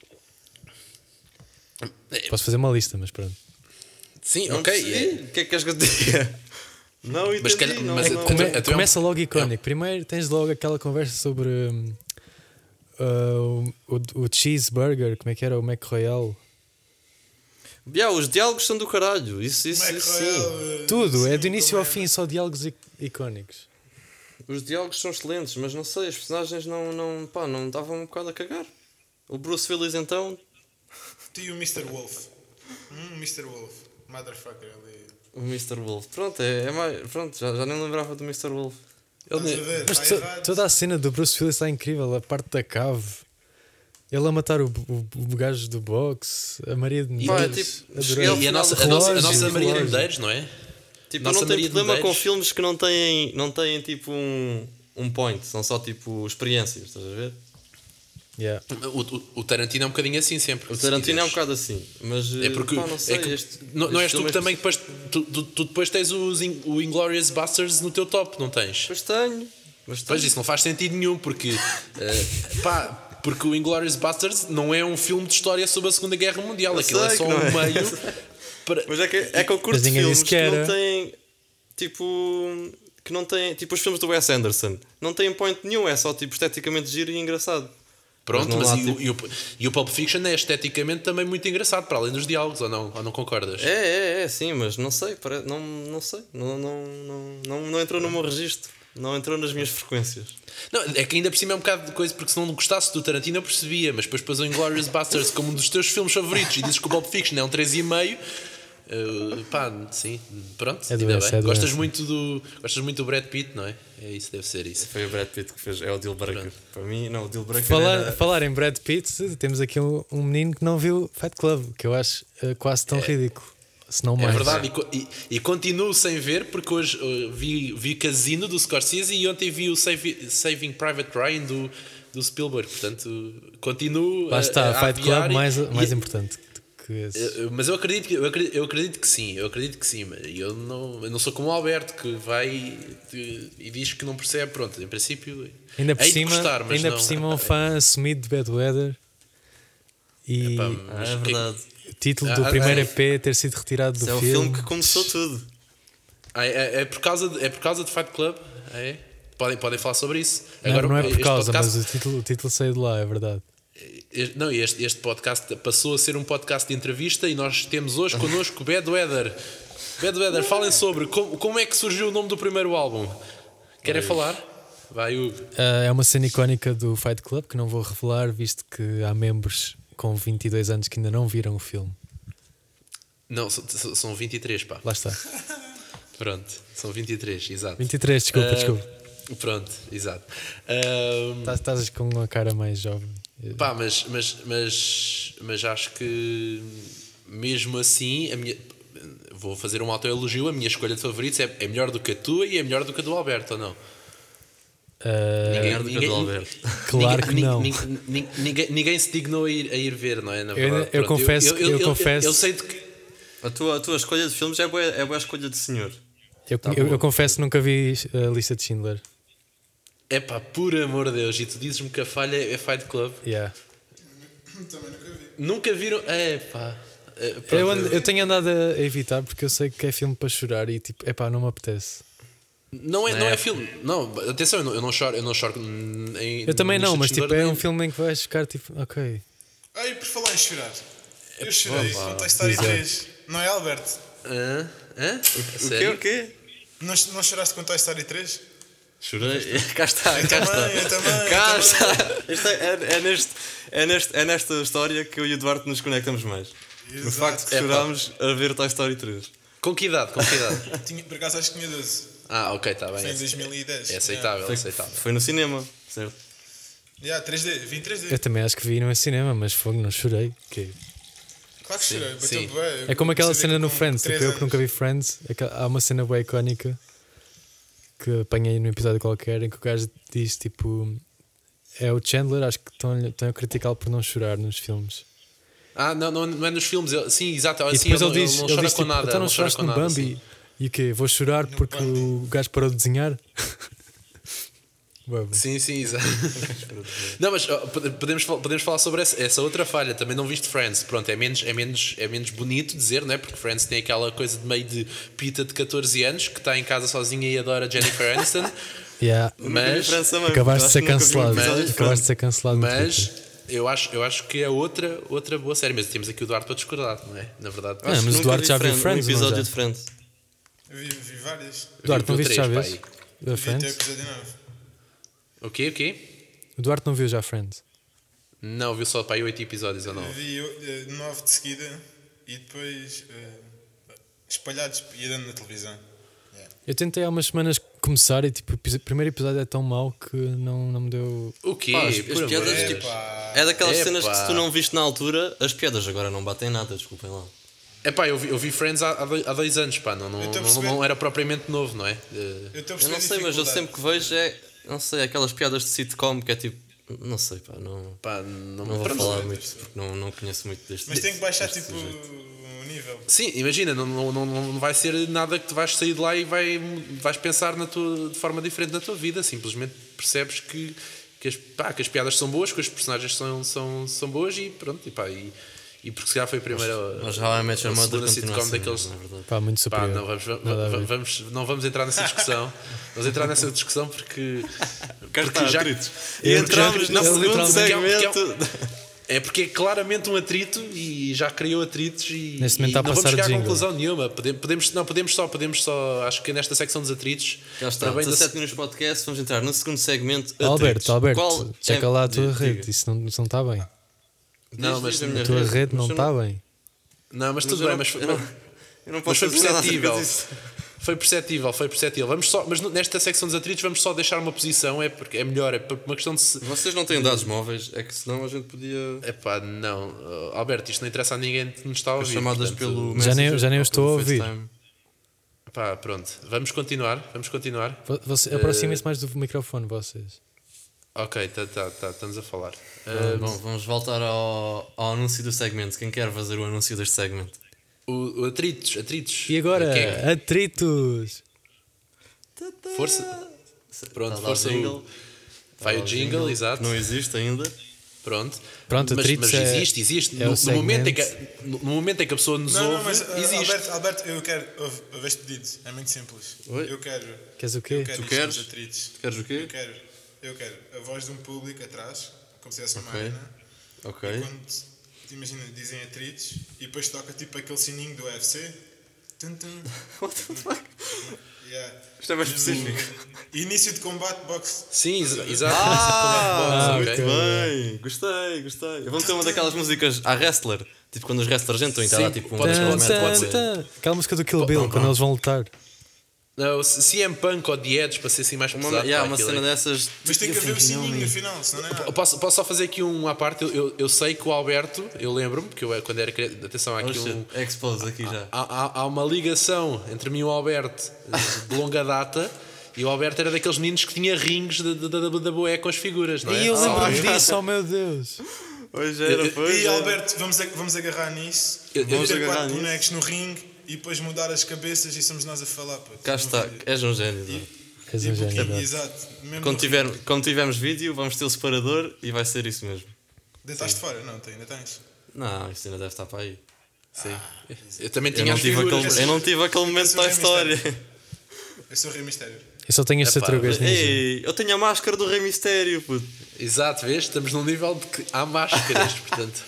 Speaker 3: Posso fazer uma lista, mas pronto.
Speaker 2: Sim,
Speaker 1: Não
Speaker 2: ok.
Speaker 1: percebi. O que é que queres que eu te diga? Não entendi.
Speaker 2: Mas calhar-
Speaker 1: não,
Speaker 2: mas
Speaker 1: não.
Speaker 2: até-
Speaker 3: Come-
Speaker 2: então é um-
Speaker 3: começa logo icónico. Primeiro tens logo aquela conversa sobre hum, ah, o, o- o cheeseburger, como é que era? O Mac Royal.
Speaker 1: Ya, os diálogos são do caralho. Isso, isso,
Speaker 4: Mac
Speaker 1: isso sim.
Speaker 4: Royal, eh,
Speaker 3: Tudo, é do
Speaker 4: é sim,
Speaker 3: início
Speaker 4: como
Speaker 3: ao
Speaker 4: é?
Speaker 3: fim, só diálogos ic- icónicos.
Speaker 1: Os diálogos são excelentes, mas não sei, as personagens não, não, pá, não davam um bocado a cagar. O Bruce Willis então,
Speaker 4: Tu e o Mr. Wolf. Hum, Mr. Wolf. Motherfucker ali.
Speaker 1: o Mr. Wolf. Pronto, é, é mais. Pronto, já, já nem lembrava do Mr. Wolf.
Speaker 4: Estás a ver?
Speaker 3: Mas
Speaker 4: Está
Speaker 3: to-
Speaker 4: errado.
Speaker 3: toda a cena do Bruce Willis está incrível, a parte da cave. Ele a matar o, o, o gajo do boxe, a Maria de
Speaker 1: Pá, é
Speaker 3: Medeiros.
Speaker 1: tipo, cheguei ao
Speaker 3: adorei.
Speaker 2: E a nossa, a
Speaker 1: Relógio,
Speaker 2: nossa, a nossa Maria de
Speaker 3: relógio.
Speaker 2: Medeiros, não é?
Speaker 1: Tipo, eu
Speaker 2: Nossa
Speaker 1: não
Speaker 2: Maria
Speaker 1: tenho
Speaker 2: de
Speaker 1: problema com
Speaker 2: Medeiros.
Speaker 1: filmes que não têm, não têm tipo um, um point, são só tipo experiências, estás a ver?
Speaker 3: Yeah.
Speaker 2: O, o- o Tarantino é um bocadinho assim sempre.
Speaker 1: O
Speaker 2: se
Speaker 1: Tarantino é um
Speaker 2: quiseres.
Speaker 1: bocado assim, mas
Speaker 2: É porque
Speaker 1: pá, não sei.
Speaker 2: é que-
Speaker 1: este,
Speaker 2: não,
Speaker 1: este
Speaker 2: não és tu
Speaker 1: filme
Speaker 2: que
Speaker 1: é
Speaker 2: também depois, tu, tu- tu depois tens os in- o Inglorious Busters no teu top, não tens?
Speaker 1: Mas tenho. Mas tenho.
Speaker 2: Pois isso não faz sentido nenhum, porque eh, pá, porque o Inglorious Busters não é um filme de história sobre a Segunda Guerra Mundial,
Speaker 1: Eu
Speaker 2: aquilo é
Speaker 1: sei
Speaker 2: só
Speaker 1: que não
Speaker 2: um
Speaker 1: é.
Speaker 2: meio para.
Speaker 1: Mas é que, é que eu curto
Speaker 3: Mas ninguém
Speaker 1: filmes
Speaker 3: disse
Speaker 1: que,
Speaker 3: que
Speaker 1: não
Speaker 3: era.
Speaker 1: têm. Tipo. Que não têm. Tipo os filmes do Wes Anderson. Não têm point nenhum, é só tipo esteticamente giro e engraçado.
Speaker 2: Pronto,
Speaker 1: não
Speaker 2: mas,
Speaker 1: há,
Speaker 2: e,
Speaker 1: tipo-
Speaker 2: o, e, o, e o Pulp Fiction é esteticamente também muito engraçado, para além dos diálogos, ou não, ou não concordas?
Speaker 1: É, é, é, sim, mas não sei, pare... não, não sei. Não, não, não, não, não entrou no meu registro. Não entrou nas minhas frequências.
Speaker 2: Não, é que ainda por cima é um bocado de coisa, porque se não gostasse do Tarantino eu percebia, mas depois pôs o Inglourious Basterds como um dos teus filmes favoritos e dizes que o Pulp Fiction é um 3,5. Uh, pá, sim, pronto.
Speaker 3: É
Speaker 2: ainda
Speaker 3: doença,
Speaker 2: bem.
Speaker 3: é
Speaker 2: gostas,
Speaker 3: doença.
Speaker 2: muito do, gostas muito do Brad Pitt, não é? É isso, deve ser isso.
Speaker 1: Foi o Brad Pitt que fez. É o Deal Breaker. Para mim, não, o Deal Breaker.
Speaker 3: Falar,
Speaker 1: era-
Speaker 3: falar em Brad Pitt, temos aqui um, um menino que não viu Fight Club, que eu acho eh, quase tão ridículo. Se não
Speaker 2: É
Speaker 3: mais.
Speaker 2: verdade, e co- e, e continuo sem ver, porque hoje uh, vi, vi Casino do Scorsese e ontem vi o Savi- Saving Private Ryan do, do Spielberg, portanto, continuo.
Speaker 3: Lá
Speaker 2: a-
Speaker 3: está,
Speaker 2: a
Speaker 3: Fight
Speaker 2: aviar
Speaker 3: Club
Speaker 2: e-
Speaker 3: mais,
Speaker 2: e-
Speaker 3: mais importante que esse.
Speaker 2: Eh, Mas eu acredito, que- eu acredito, eu acredito que sim, eu acredito que sim. mas Eu não, eu não sou como o Alberto que vai de- e diz que não percebe. Pronto, em princípio.
Speaker 3: Ainda por
Speaker 2: hei de
Speaker 3: cima,
Speaker 2: gostar, mas
Speaker 3: ainda
Speaker 2: não. é.
Speaker 3: por cima um fã assumido de Bad Weather e
Speaker 2: Epá,
Speaker 1: Ah,
Speaker 2: mas
Speaker 1: é
Speaker 2: o que
Speaker 1: verdade.
Speaker 3: o título
Speaker 2: Ah,
Speaker 3: do
Speaker 2: ah,
Speaker 3: primeiro
Speaker 2: ah,
Speaker 3: EP ter sido retirado do
Speaker 2: um
Speaker 1: Esse é o
Speaker 3: filme.
Speaker 1: filme que começou tudo.
Speaker 2: Ah, é, é por causa de, é por causa de Fight Club? É? Podem, podem falar sobre isso.
Speaker 3: Não, não é por
Speaker 2: este
Speaker 3: causa,
Speaker 2: podcast-
Speaker 3: mas o título, o título saiu de lá, é verdade.
Speaker 2: este- Não, este, este podcast passou a ser um podcast de entrevista e nós temos hoje connosco o Bad Weather. Bad Weather, falem sobre como, como é que surgiu o nome do primeiro álbum. Querem falar? Vai, Hugo.
Speaker 3: Ah, é uma cena icónica do Fight Club que não vou revelar, visto que há membros com 22 anos que ainda não viram o filme.
Speaker 2: Não, so- so- são 23, pá.
Speaker 3: Lá está.
Speaker 2: Pronto, são 23, exato.
Speaker 3: 23, desculpa,
Speaker 2: Ah,
Speaker 3: desculpa.
Speaker 2: Pronto, exato. Ahm,
Speaker 3: Estás, estás com uma cara mais jovem.
Speaker 2: Pá, mas, mas, mas, mas acho que mesmo assim, a minha, vou fazer um autoelogio. A minha escolha de favoritos é, é melhor do que a tua e é melhor do que a do Alberto, ou não?
Speaker 3: Ah,
Speaker 2: É. Ninguém-
Speaker 1: melhor do que a do Alberto.
Speaker 3: Claro que
Speaker 2: nin-
Speaker 3: não.
Speaker 2: nin- nin- Ninguém, ninguém se dignou a ir, a ir ver, não é? Na
Speaker 3: Eu-
Speaker 2: verdade,
Speaker 3: eu
Speaker 2: pronto,
Speaker 3: confesso que- eu confesso-
Speaker 2: Eu, sei de que.
Speaker 1: A tua, a tua escolha de filmes é boa, é boa escolha de senhor.
Speaker 3: eu,
Speaker 1: tá
Speaker 3: eu-
Speaker 1: bom.
Speaker 3: eu confesso que nunca vi a lista de Schindler.
Speaker 2: É pá, por amor de Deus, e tu dizes-me que a falha é Fight Club.
Speaker 3: Yeah.
Speaker 4: Hum, Também nunca vi.
Speaker 2: Nunca viram. É pá. É, pronto,
Speaker 3: Eu, ando- eu tenho andado a evitar porque eu sei que é filme para chorar e tipo, epá, não me apetece.
Speaker 2: Não é, não é filme. Não, atenção, eu não, eu não choro, eu não choro em-
Speaker 3: Eu também
Speaker 2: nisto
Speaker 3: não,
Speaker 2: de
Speaker 3: mas tipo,
Speaker 2: Schindler,
Speaker 3: é
Speaker 2: nem-
Speaker 3: um filme em que vais ficar tipo, ok.
Speaker 4: Ai, por falar em chorar.
Speaker 1: É
Speaker 4: Eu chorei
Speaker 2: pá,
Speaker 4: com Toy Story
Speaker 3: exato.
Speaker 4: 3. Não é, Alberto?
Speaker 2: Hã? Hã?
Speaker 1: O quê? O
Speaker 2: Sério?
Speaker 1: quê?
Speaker 4: Não, não choraste com Toy Story 3?
Speaker 1: Chorei. Cá está,
Speaker 4: Eu
Speaker 1: cá está.
Speaker 4: também, eu também,
Speaker 1: Cá
Speaker 4: eu
Speaker 1: está. Isto é, é- é neste, é, neste, é nesta história que eu e o Eduardo nos conectamos
Speaker 4: É
Speaker 1: mais. No
Speaker 4: Exato.
Speaker 1: facto é que
Speaker 2: Epá.
Speaker 1: chorámos a ver Toy Story 3.
Speaker 2: Com que idade? Com que idade?
Speaker 4: Tinha, por acaso acho que tinha 12.
Speaker 2: ah, ok, está bem.
Speaker 4: Foi em
Speaker 2: É,
Speaker 4: 2010.
Speaker 2: é aceitável, é
Speaker 1: Foi,
Speaker 2: aceitável.
Speaker 1: foi no cinema, certo?
Speaker 4: Yeah. Yeah, 3D, vim
Speaker 3: Eu
Speaker 4: 3D.
Speaker 3: também acho que vi no cinema, mas fogo, não chorei. Que-
Speaker 4: Claro que chorei, bateu
Speaker 2: sim.
Speaker 4: bué.
Speaker 3: É como aquela
Speaker 4: Percebi
Speaker 3: cena
Speaker 4: que
Speaker 3: no
Speaker 4: com
Speaker 3: Friends, tipo,
Speaker 4: três
Speaker 3: eu que
Speaker 4: anos-
Speaker 3: nunca vi Friends, aquela- há uma cena bem icónica que apanhei num episódio qualquer em que o gajo diz tipo. É o Chandler, acho que estão estão a criticá-lo por não chorar nos filmes.
Speaker 2: Ah, não, não, não é nos filmes. ele- sim, exato.
Speaker 3: E
Speaker 2: assim,
Speaker 3: depois
Speaker 2: ele,
Speaker 3: ele
Speaker 2: não-
Speaker 3: diz:
Speaker 2: ele não
Speaker 3: ele
Speaker 2: chora
Speaker 3: diz
Speaker 2: com
Speaker 3: tipo,
Speaker 2: nada. assim.
Speaker 3: então não
Speaker 2: ele chora
Speaker 3: choraste
Speaker 2: com
Speaker 3: no
Speaker 2: nada,
Speaker 3: Bambi.
Speaker 2: sim.
Speaker 3: E o quê? Vou chorar porque o gajo parou de desenhar? Bué bom.
Speaker 2: Sim, sim, exato.
Speaker 1: é?
Speaker 2: não, mas oh, pode- podemos, fal- podemos falar sobre essa, essa outra falha. Também não viste Friends. Pronto, é menos, é, menos, é menos bonito dizer, não é? Porque Friends tem aquela coisa de meio de pita de 14 anos que está em casa sozinha e adora Jennifer Aniston.
Speaker 3: Yeah.
Speaker 2: mas,
Speaker 3: Acabaste de ser
Speaker 1: um
Speaker 3: cancelado.
Speaker 2: episódio um de
Speaker 3: Acabaste de ser cancelado. no Twitter.
Speaker 2: mas eu, acho, eu acho que é outra, outra boa série. Mas temos aqui o Duarte para discordar, não é? Na verdade.
Speaker 3: Ah, mas o Duarte já viu Friends,
Speaker 1: Um
Speaker 3: não
Speaker 1: episódio
Speaker 3: já?
Speaker 1: de Friends.
Speaker 4: Eu vi, vi várias.
Speaker 3: Duarte, não
Speaker 2: vi
Speaker 3: viste já
Speaker 2: três,
Speaker 3: vês?
Speaker 2: pá,
Speaker 3: A
Speaker 4: Vi até o
Speaker 3: Friends?
Speaker 4: episódio 9.
Speaker 2: O quê? O quê?
Speaker 3: O Duarte não viu já Friends.
Speaker 2: Não, viu só para aí 8 episódios ou não?
Speaker 4: Vi eh, nove de seguida e depois eh, espalhados e dando na televisão.
Speaker 3: Eu tentei há umas semanas começar e tipo, o episo- primeiro episódio é tão mau que não, não me deu.
Speaker 2: O quê?
Speaker 1: Pá, as- as
Speaker 2: Por amor de
Speaker 1: piadas,
Speaker 2: Deus.
Speaker 1: tipo,
Speaker 4: Epá.
Speaker 1: É daquelas
Speaker 2: Epá.
Speaker 1: cenas que se tu não viste na altura, as piadas agora não batem nada, desculpem lá.
Speaker 2: Epá, eu vi, eu vi Friends há, há doi- há dois anos, pá, não, não,
Speaker 4: Eu tô a
Speaker 2: não,
Speaker 4: perceber.
Speaker 2: não era propriamente novo, não é? Eh,
Speaker 4: Eu, estou a
Speaker 1: Eu
Speaker 4: perceber
Speaker 1: não
Speaker 4: a
Speaker 1: sei, mas eu
Speaker 4: dificuldade.
Speaker 1: sempre que vejo é, não sei, aquelas piadas de sitcom que é tipo, não sei, pá, não,
Speaker 2: pá,
Speaker 1: não
Speaker 2: não,
Speaker 1: vou
Speaker 2: pronto.
Speaker 1: falar muito porque não, não conheço muito deste
Speaker 4: Mas tem que baixar
Speaker 1: deste
Speaker 4: tipo
Speaker 1: sujeito.
Speaker 4: o nível.
Speaker 2: Sim, imagina, não, não, não, não vai ser nada que tu vais sair de lá e vai, vais pensar na tua, de forma diferente na tua vida, simplesmente percebes que, que, as, pá, que as piadas são boas, que os personagens são, são, são boas e pronto, e pá, e, e porque se calhar foi a primeira.
Speaker 1: Mas é How I Met Your
Speaker 2: a
Speaker 1: Mother continua
Speaker 2: segunda
Speaker 1: a
Speaker 2: sitcom
Speaker 1: ser
Speaker 2: daqueles.
Speaker 1: na é verdade.
Speaker 3: Pá, muito
Speaker 2: Pá,
Speaker 3: superior.
Speaker 2: não vamos, va-
Speaker 3: Nada a
Speaker 2: va-
Speaker 3: ver.
Speaker 2: vamos- não vamos entrar nessa discussão. vamos entrar nessa discussão porque.
Speaker 1: Cartaz,
Speaker 2: já-
Speaker 1: atritos.
Speaker 3: Eu-
Speaker 1: E entramos
Speaker 3: já-
Speaker 1: no
Speaker 3: eu
Speaker 1: segundo
Speaker 3: literalmente-
Speaker 1: segmento.
Speaker 2: É porque é claramente um atrito e já criou atritos e,
Speaker 3: Neste momento
Speaker 2: e
Speaker 3: está a
Speaker 2: não vamos
Speaker 3: passar o
Speaker 2: chegar a
Speaker 3: jingle.
Speaker 2: conclusão nenhuma. Pode- Podemos, não, podemos só, podemos só, acho que nesta secção dos atritos,
Speaker 1: Já está,
Speaker 2: para bem da-
Speaker 1: 17 minutos de podcast, assim vamos entrar no segundo segmento. atritos.
Speaker 3: Alberto, Alberto,
Speaker 1: Qual
Speaker 3: checa
Speaker 1: é-
Speaker 3: lá a tua
Speaker 1: Diga.
Speaker 3: rede. Isso não isso não está bem.
Speaker 1: Diz,
Speaker 2: Não,
Speaker 1: diz
Speaker 2: mas
Speaker 1: a minha
Speaker 3: A tua rede não
Speaker 1: Mas eu
Speaker 3: está bem.
Speaker 2: Não, mas
Speaker 1: mas
Speaker 2: tudo
Speaker 1: eu
Speaker 2: bem,
Speaker 1: não-
Speaker 2: mas,
Speaker 1: eu não- Eu não
Speaker 2: mas
Speaker 1: posso
Speaker 2: foi
Speaker 1: fazer nada acerca
Speaker 2: perceptível.
Speaker 1: disso.
Speaker 2: Foi perceptível, foi perceptível. Vamos só, mas nesta secção dos atritos vamos só deixar uma posição, é porque é melhor, é por uma questão de se.
Speaker 1: Vocês não têm dados móveis, é que senão a gente podia.
Speaker 2: Epá, não, Uh, Alberto, isto não interessa a ninguém que nos está a
Speaker 1: As
Speaker 2: ouvir.
Speaker 1: chamadas
Speaker 2: portanto,
Speaker 1: pelo.
Speaker 3: Já nem-
Speaker 1: Messenger
Speaker 3: já nem eu
Speaker 1: ou
Speaker 3: estou a
Speaker 1: pelo
Speaker 3: ouvir.
Speaker 1: FaceTime.
Speaker 2: Pá, pronto, vamos continuar, vamos continuar.
Speaker 3: Vo- você- Aproximem-se
Speaker 2: Eh,
Speaker 3: mais do microfone, vocês.
Speaker 2: Ok, tá, tá, tá, estamos a falar.
Speaker 1: Ah, Bom, vamos voltar ao, ao anúncio do segmento. Quem quer fazer o anúncio deste segmento?
Speaker 2: O, o atritos, atritos.
Speaker 3: E agora,
Speaker 2: Quem é?
Speaker 3: atritos!
Speaker 2: Força. Pronto,
Speaker 1: Tá lá
Speaker 2: força.
Speaker 1: o jingle.
Speaker 2: O, vai
Speaker 1: Tá lá
Speaker 2: o jingle, exato.
Speaker 1: Não é- existe ainda.
Speaker 2: Pronto.
Speaker 3: Pronto,
Speaker 2: mas,
Speaker 3: atritos
Speaker 2: mas
Speaker 3: é-
Speaker 2: existe, existe.
Speaker 3: é
Speaker 2: no,
Speaker 3: o
Speaker 2: no momento em que,
Speaker 3: segmento.
Speaker 2: no no momento em que a pessoa nos
Speaker 4: Não,
Speaker 2: ouve,
Speaker 4: não, mas ah,
Speaker 2: existe.
Speaker 4: Alberto, Alberto, eu quero. Ouve, ouve este pedido. É muito simples.
Speaker 1: Oi?
Speaker 4: Eu quero.
Speaker 3: Queres o quê?
Speaker 4: Eu quero
Speaker 1: Tu
Speaker 4: isto
Speaker 1: queres?
Speaker 4: nos atritos.
Speaker 1: Queres o
Speaker 4: Eu
Speaker 1: quê?
Speaker 4: quero. Eu quero a voz de um público atrás, como se fosse uma
Speaker 1: Ok.
Speaker 4: arena.
Speaker 1: Ok.
Speaker 4: Quando, te- imagina, dizem atritos e depois toca tipo aquele sininho do UFC. Tum, tum.
Speaker 1: What the fuck?
Speaker 4: Yeah.
Speaker 1: Isto é mais
Speaker 4: E-
Speaker 1: específico.
Speaker 4: Início de combate boxe.
Speaker 2: Sim, ex- exato.
Speaker 1: Ah,
Speaker 2: Combat box,
Speaker 1: muito
Speaker 2: ok.
Speaker 1: bem. Gostei, gostei. Vamos ter uma daquelas músicas à wrestler. Tipo quando os wrestlers entram e está
Speaker 2: Sim,
Speaker 1: lá tipo um
Speaker 2: pode-
Speaker 1: wrestler,
Speaker 3: Tan,
Speaker 2: pode-
Speaker 1: man,
Speaker 2: pode
Speaker 3: tan,
Speaker 2: ser.
Speaker 3: tan. Aquela música do Kill Bill, quando eles vão lutar.
Speaker 2: Não, se- CM Punk ou The Edge, para ser assim mais
Speaker 1: Uma,
Speaker 2: pesado.
Speaker 1: yeah,
Speaker 2: pá,
Speaker 1: uma
Speaker 2: aquilo
Speaker 1: cena
Speaker 2: é-
Speaker 1: dessas.
Speaker 4: Mas tem que haver um o
Speaker 1: assim,
Speaker 4: sininho no final, senão não é nada.
Speaker 2: Posso, posso só fazer aqui um à parte? Eu, eu, eu sei que o Alberto, eu lembro-me, porque eu quando era criança. Atenção, há
Speaker 1: Oh,
Speaker 2: aqui um,
Speaker 1: shit. Expose aqui já.
Speaker 2: há, há- há uma ligação entre mim e o Alberto eh, de longa data. E o Alberto era daqueles meninos que tinha rings da da- da- da boé com as figuras, não é?
Speaker 3: E eu
Speaker 2: Ah,
Speaker 3: lembro-me
Speaker 2: ok.
Speaker 3: disso, oh meu Deus!
Speaker 1: Hoje era,
Speaker 2: E-
Speaker 1: foi.
Speaker 4: E
Speaker 1: já era.
Speaker 4: Alberto, vamos, a- vamos agarrar nisso.
Speaker 2: Eu- eu-
Speaker 1: Vamos
Speaker 4: Vamos ter
Speaker 1: agarrar
Speaker 4: quatro
Speaker 1: nisso.
Speaker 4: bonecos no ringue e depois mudar as cabeças e somos nós a falar. Puto.
Speaker 1: Cá está, és um gênio. não é?
Speaker 3: És um gênio,
Speaker 4: Tipo,
Speaker 3: Eduardo.
Speaker 4: Exato. Mesmo
Speaker 1: Quando,
Speaker 4: no
Speaker 1: tiver, quando tivermos vídeo, vamos ter o separador e vai ser isso mesmo.
Speaker 4: ringue. Deitaste fora? Não, tem- ainda tens.
Speaker 1: Não, isso ainda deve estar para aí.
Speaker 2: Sim. Eu também
Speaker 1: Eu
Speaker 2: tinha
Speaker 1: não,
Speaker 2: as
Speaker 1: tive
Speaker 2: figuras.
Speaker 1: aquele, eu não tive aquele momento
Speaker 4: Isso é
Speaker 1: da
Speaker 4: um
Speaker 1: história.
Speaker 4: Eu sou o Rei Mistério.
Speaker 3: Eu só tenho estas
Speaker 2: Epá, é
Speaker 3: tartarugas ninja.
Speaker 1: Ei, eu tenho a máscara do Rei Mistério, puto.
Speaker 2: Exato, vês? Estamos num nível de que há máscaras, portanto.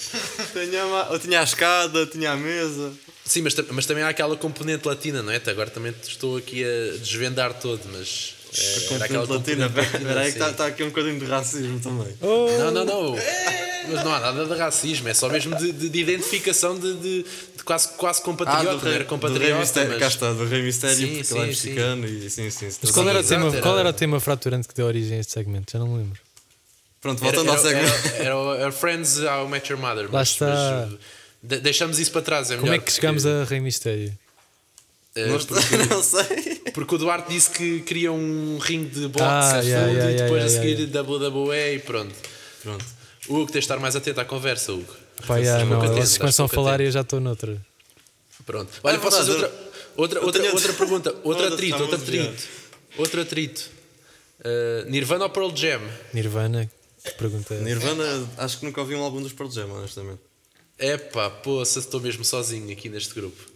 Speaker 1: Tenho a ma- Eu tinha a escada, tinha a mesa.
Speaker 2: Sim, mas, tam- mas também há aquela componente latina, não é? Agora também te estou aqui a desvendar todo, mas. É, era aquela
Speaker 1: Componente latina,
Speaker 2: componente
Speaker 1: pera- pera aí que
Speaker 2: sim.
Speaker 1: está aqui um bocadinho de racismo também.
Speaker 3: Oh,
Speaker 2: Não, não, não. Mas não há nada de racismo, é só mesmo de, de- de identificação de, de- de quase, quase compatriota. não era
Speaker 1: Ah, do Rei
Speaker 2: Ah, compatriota,
Speaker 1: Mistério.
Speaker 2: mas-
Speaker 1: Cá está, do Rei Mistério,
Speaker 2: Sim,
Speaker 1: porque ele é
Speaker 2: sim, sim.
Speaker 1: mexicano e sim, sim. sim
Speaker 3: Mas qual era, o
Speaker 2: Sim, exato,
Speaker 3: tema,
Speaker 2: era-
Speaker 3: qual era o tema fraturante que deu origem a este segmento? Já não me lembro.
Speaker 1: Pronto,
Speaker 2: Era,
Speaker 1: voltando ao
Speaker 2: era,
Speaker 1: segmento.
Speaker 2: era, era o- era Friends ao Match Your Mother.
Speaker 3: Lá está.
Speaker 2: uh, de- deixamos isso para trás, é melhor.
Speaker 3: Como é que chegáamos a Rei Mistério?
Speaker 2: porque, uh,
Speaker 1: Nós-
Speaker 2: porque,
Speaker 1: não sei.
Speaker 2: porque o Duarte disse que queria um ringue de boxe
Speaker 3: Ah,
Speaker 2: a fundo
Speaker 3: yeah, yeah,
Speaker 2: e depois
Speaker 3: yeah,
Speaker 2: a
Speaker 3: yeah,
Speaker 2: seguir WWE e pronto.
Speaker 1: Pronto.
Speaker 2: Hugo, tens de estar mais atento à conversa, Hugo.
Speaker 3: Pá,
Speaker 2: Estás
Speaker 3: já, ah, não,
Speaker 2: pouco atento,
Speaker 3: vocês
Speaker 2: estás
Speaker 3: começam a
Speaker 2: pouco
Speaker 3: falar
Speaker 2: atento.
Speaker 3: e eu já estou noutra.
Speaker 2: Pronto. Olha,
Speaker 1: Ah, é
Speaker 2: posso fazer
Speaker 1: verdade,
Speaker 2: outra, outra, outra,
Speaker 1: tenho-
Speaker 2: outra pergunta. Outro
Speaker 1: Foda-se,
Speaker 2: atrito,
Speaker 1: está
Speaker 2: outro
Speaker 1: muito
Speaker 2: atrito. Outro atrito. Ah, Nirvana ou Pearl Jam?
Speaker 3: Nirvana, que pergunta. é
Speaker 1: Nirvana, acho que nunca ouvi um álbum dos Pearl Jam, honestamente.
Speaker 2: Epá, poça, estou mesmo sozinho aqui neste grupo.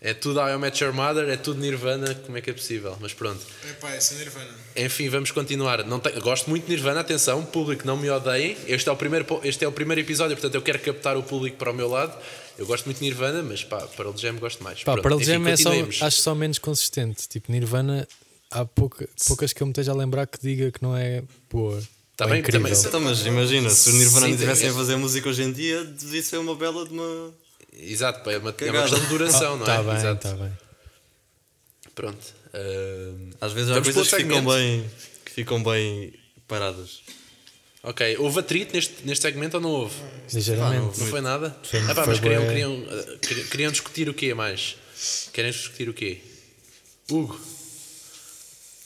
Speaker 2: É tudo I Met Your Mother, é tudo Nirvana, como é que é possível? Mas pronto.
Speaker 4: Epá, é essa Nirvana.
Speaker 2: Enfim, vamos continuar. Não te- Gosto muito de Nirvana, atenção, público, não me odeiem. Este é, o primeiro, po- este é o primeiro episódio, portanto eu quero captar o público para o meu lado. Eu gosto muito de Nirvana, mas pá, Pearl Jam gosto mais.
Speaker 3: Pá,
Speaker 2: Pronto,
Speaker 3: Pearl
Speaker 2: enfim,
Speaker 3: Jam é só,
Speaker 2: continuemos.
Speaker 3: acho só menos consistente. Tipo, Nirvana, há pouca- poucas que eu me esteja a lembrar que diga que não é boa.
Speaker 2: Tá
Speaker 3: ou
Speaker 2: bem,
Speaker 3: incrível.
Speaker 2: também se-
Speaker 1: Então, mas imagina, se os Nirvana
Speaker 2: Sim,
Speaker 1: estivessem a
Speaker 2: também.
Speaker 1: fazer música hoje em dia, devia ser uma bela de uma.
Speaker 2: Exato, pá, é uma, é uma
Speaker 1: Cagada.
Speaker 2: questão de duração, não é?
Speaker 3: Tá bem,
Speaker 2: Exato.
Speaker 3: tá bem.
Speaker 2: Pronto. eh, Ahm,
Speaker 1: Às vezes há
Speaker 2: vamos
Speaker 1: coisas que
Speaker 2: pelo
Speaker 1: ficam,
Speaker 2: segmento.
Speaker 1: bem, que ficam bem paradas.
Speaker 2: Ok, houve atrito neste, neste segmento ou não houve?
Speaker 3: Ligeiramente.
Speaker 2: Não foi nada?
Speaker 3: Foi-
Speaker 2: ah, pá,
Speaker 3: foi
Speaker 2: mas queriam,
Speaker 3: bué.
Speaker 2: queriam, ah, quer- queriam discutir o quê mais? Querem discutir o quê? Hugo,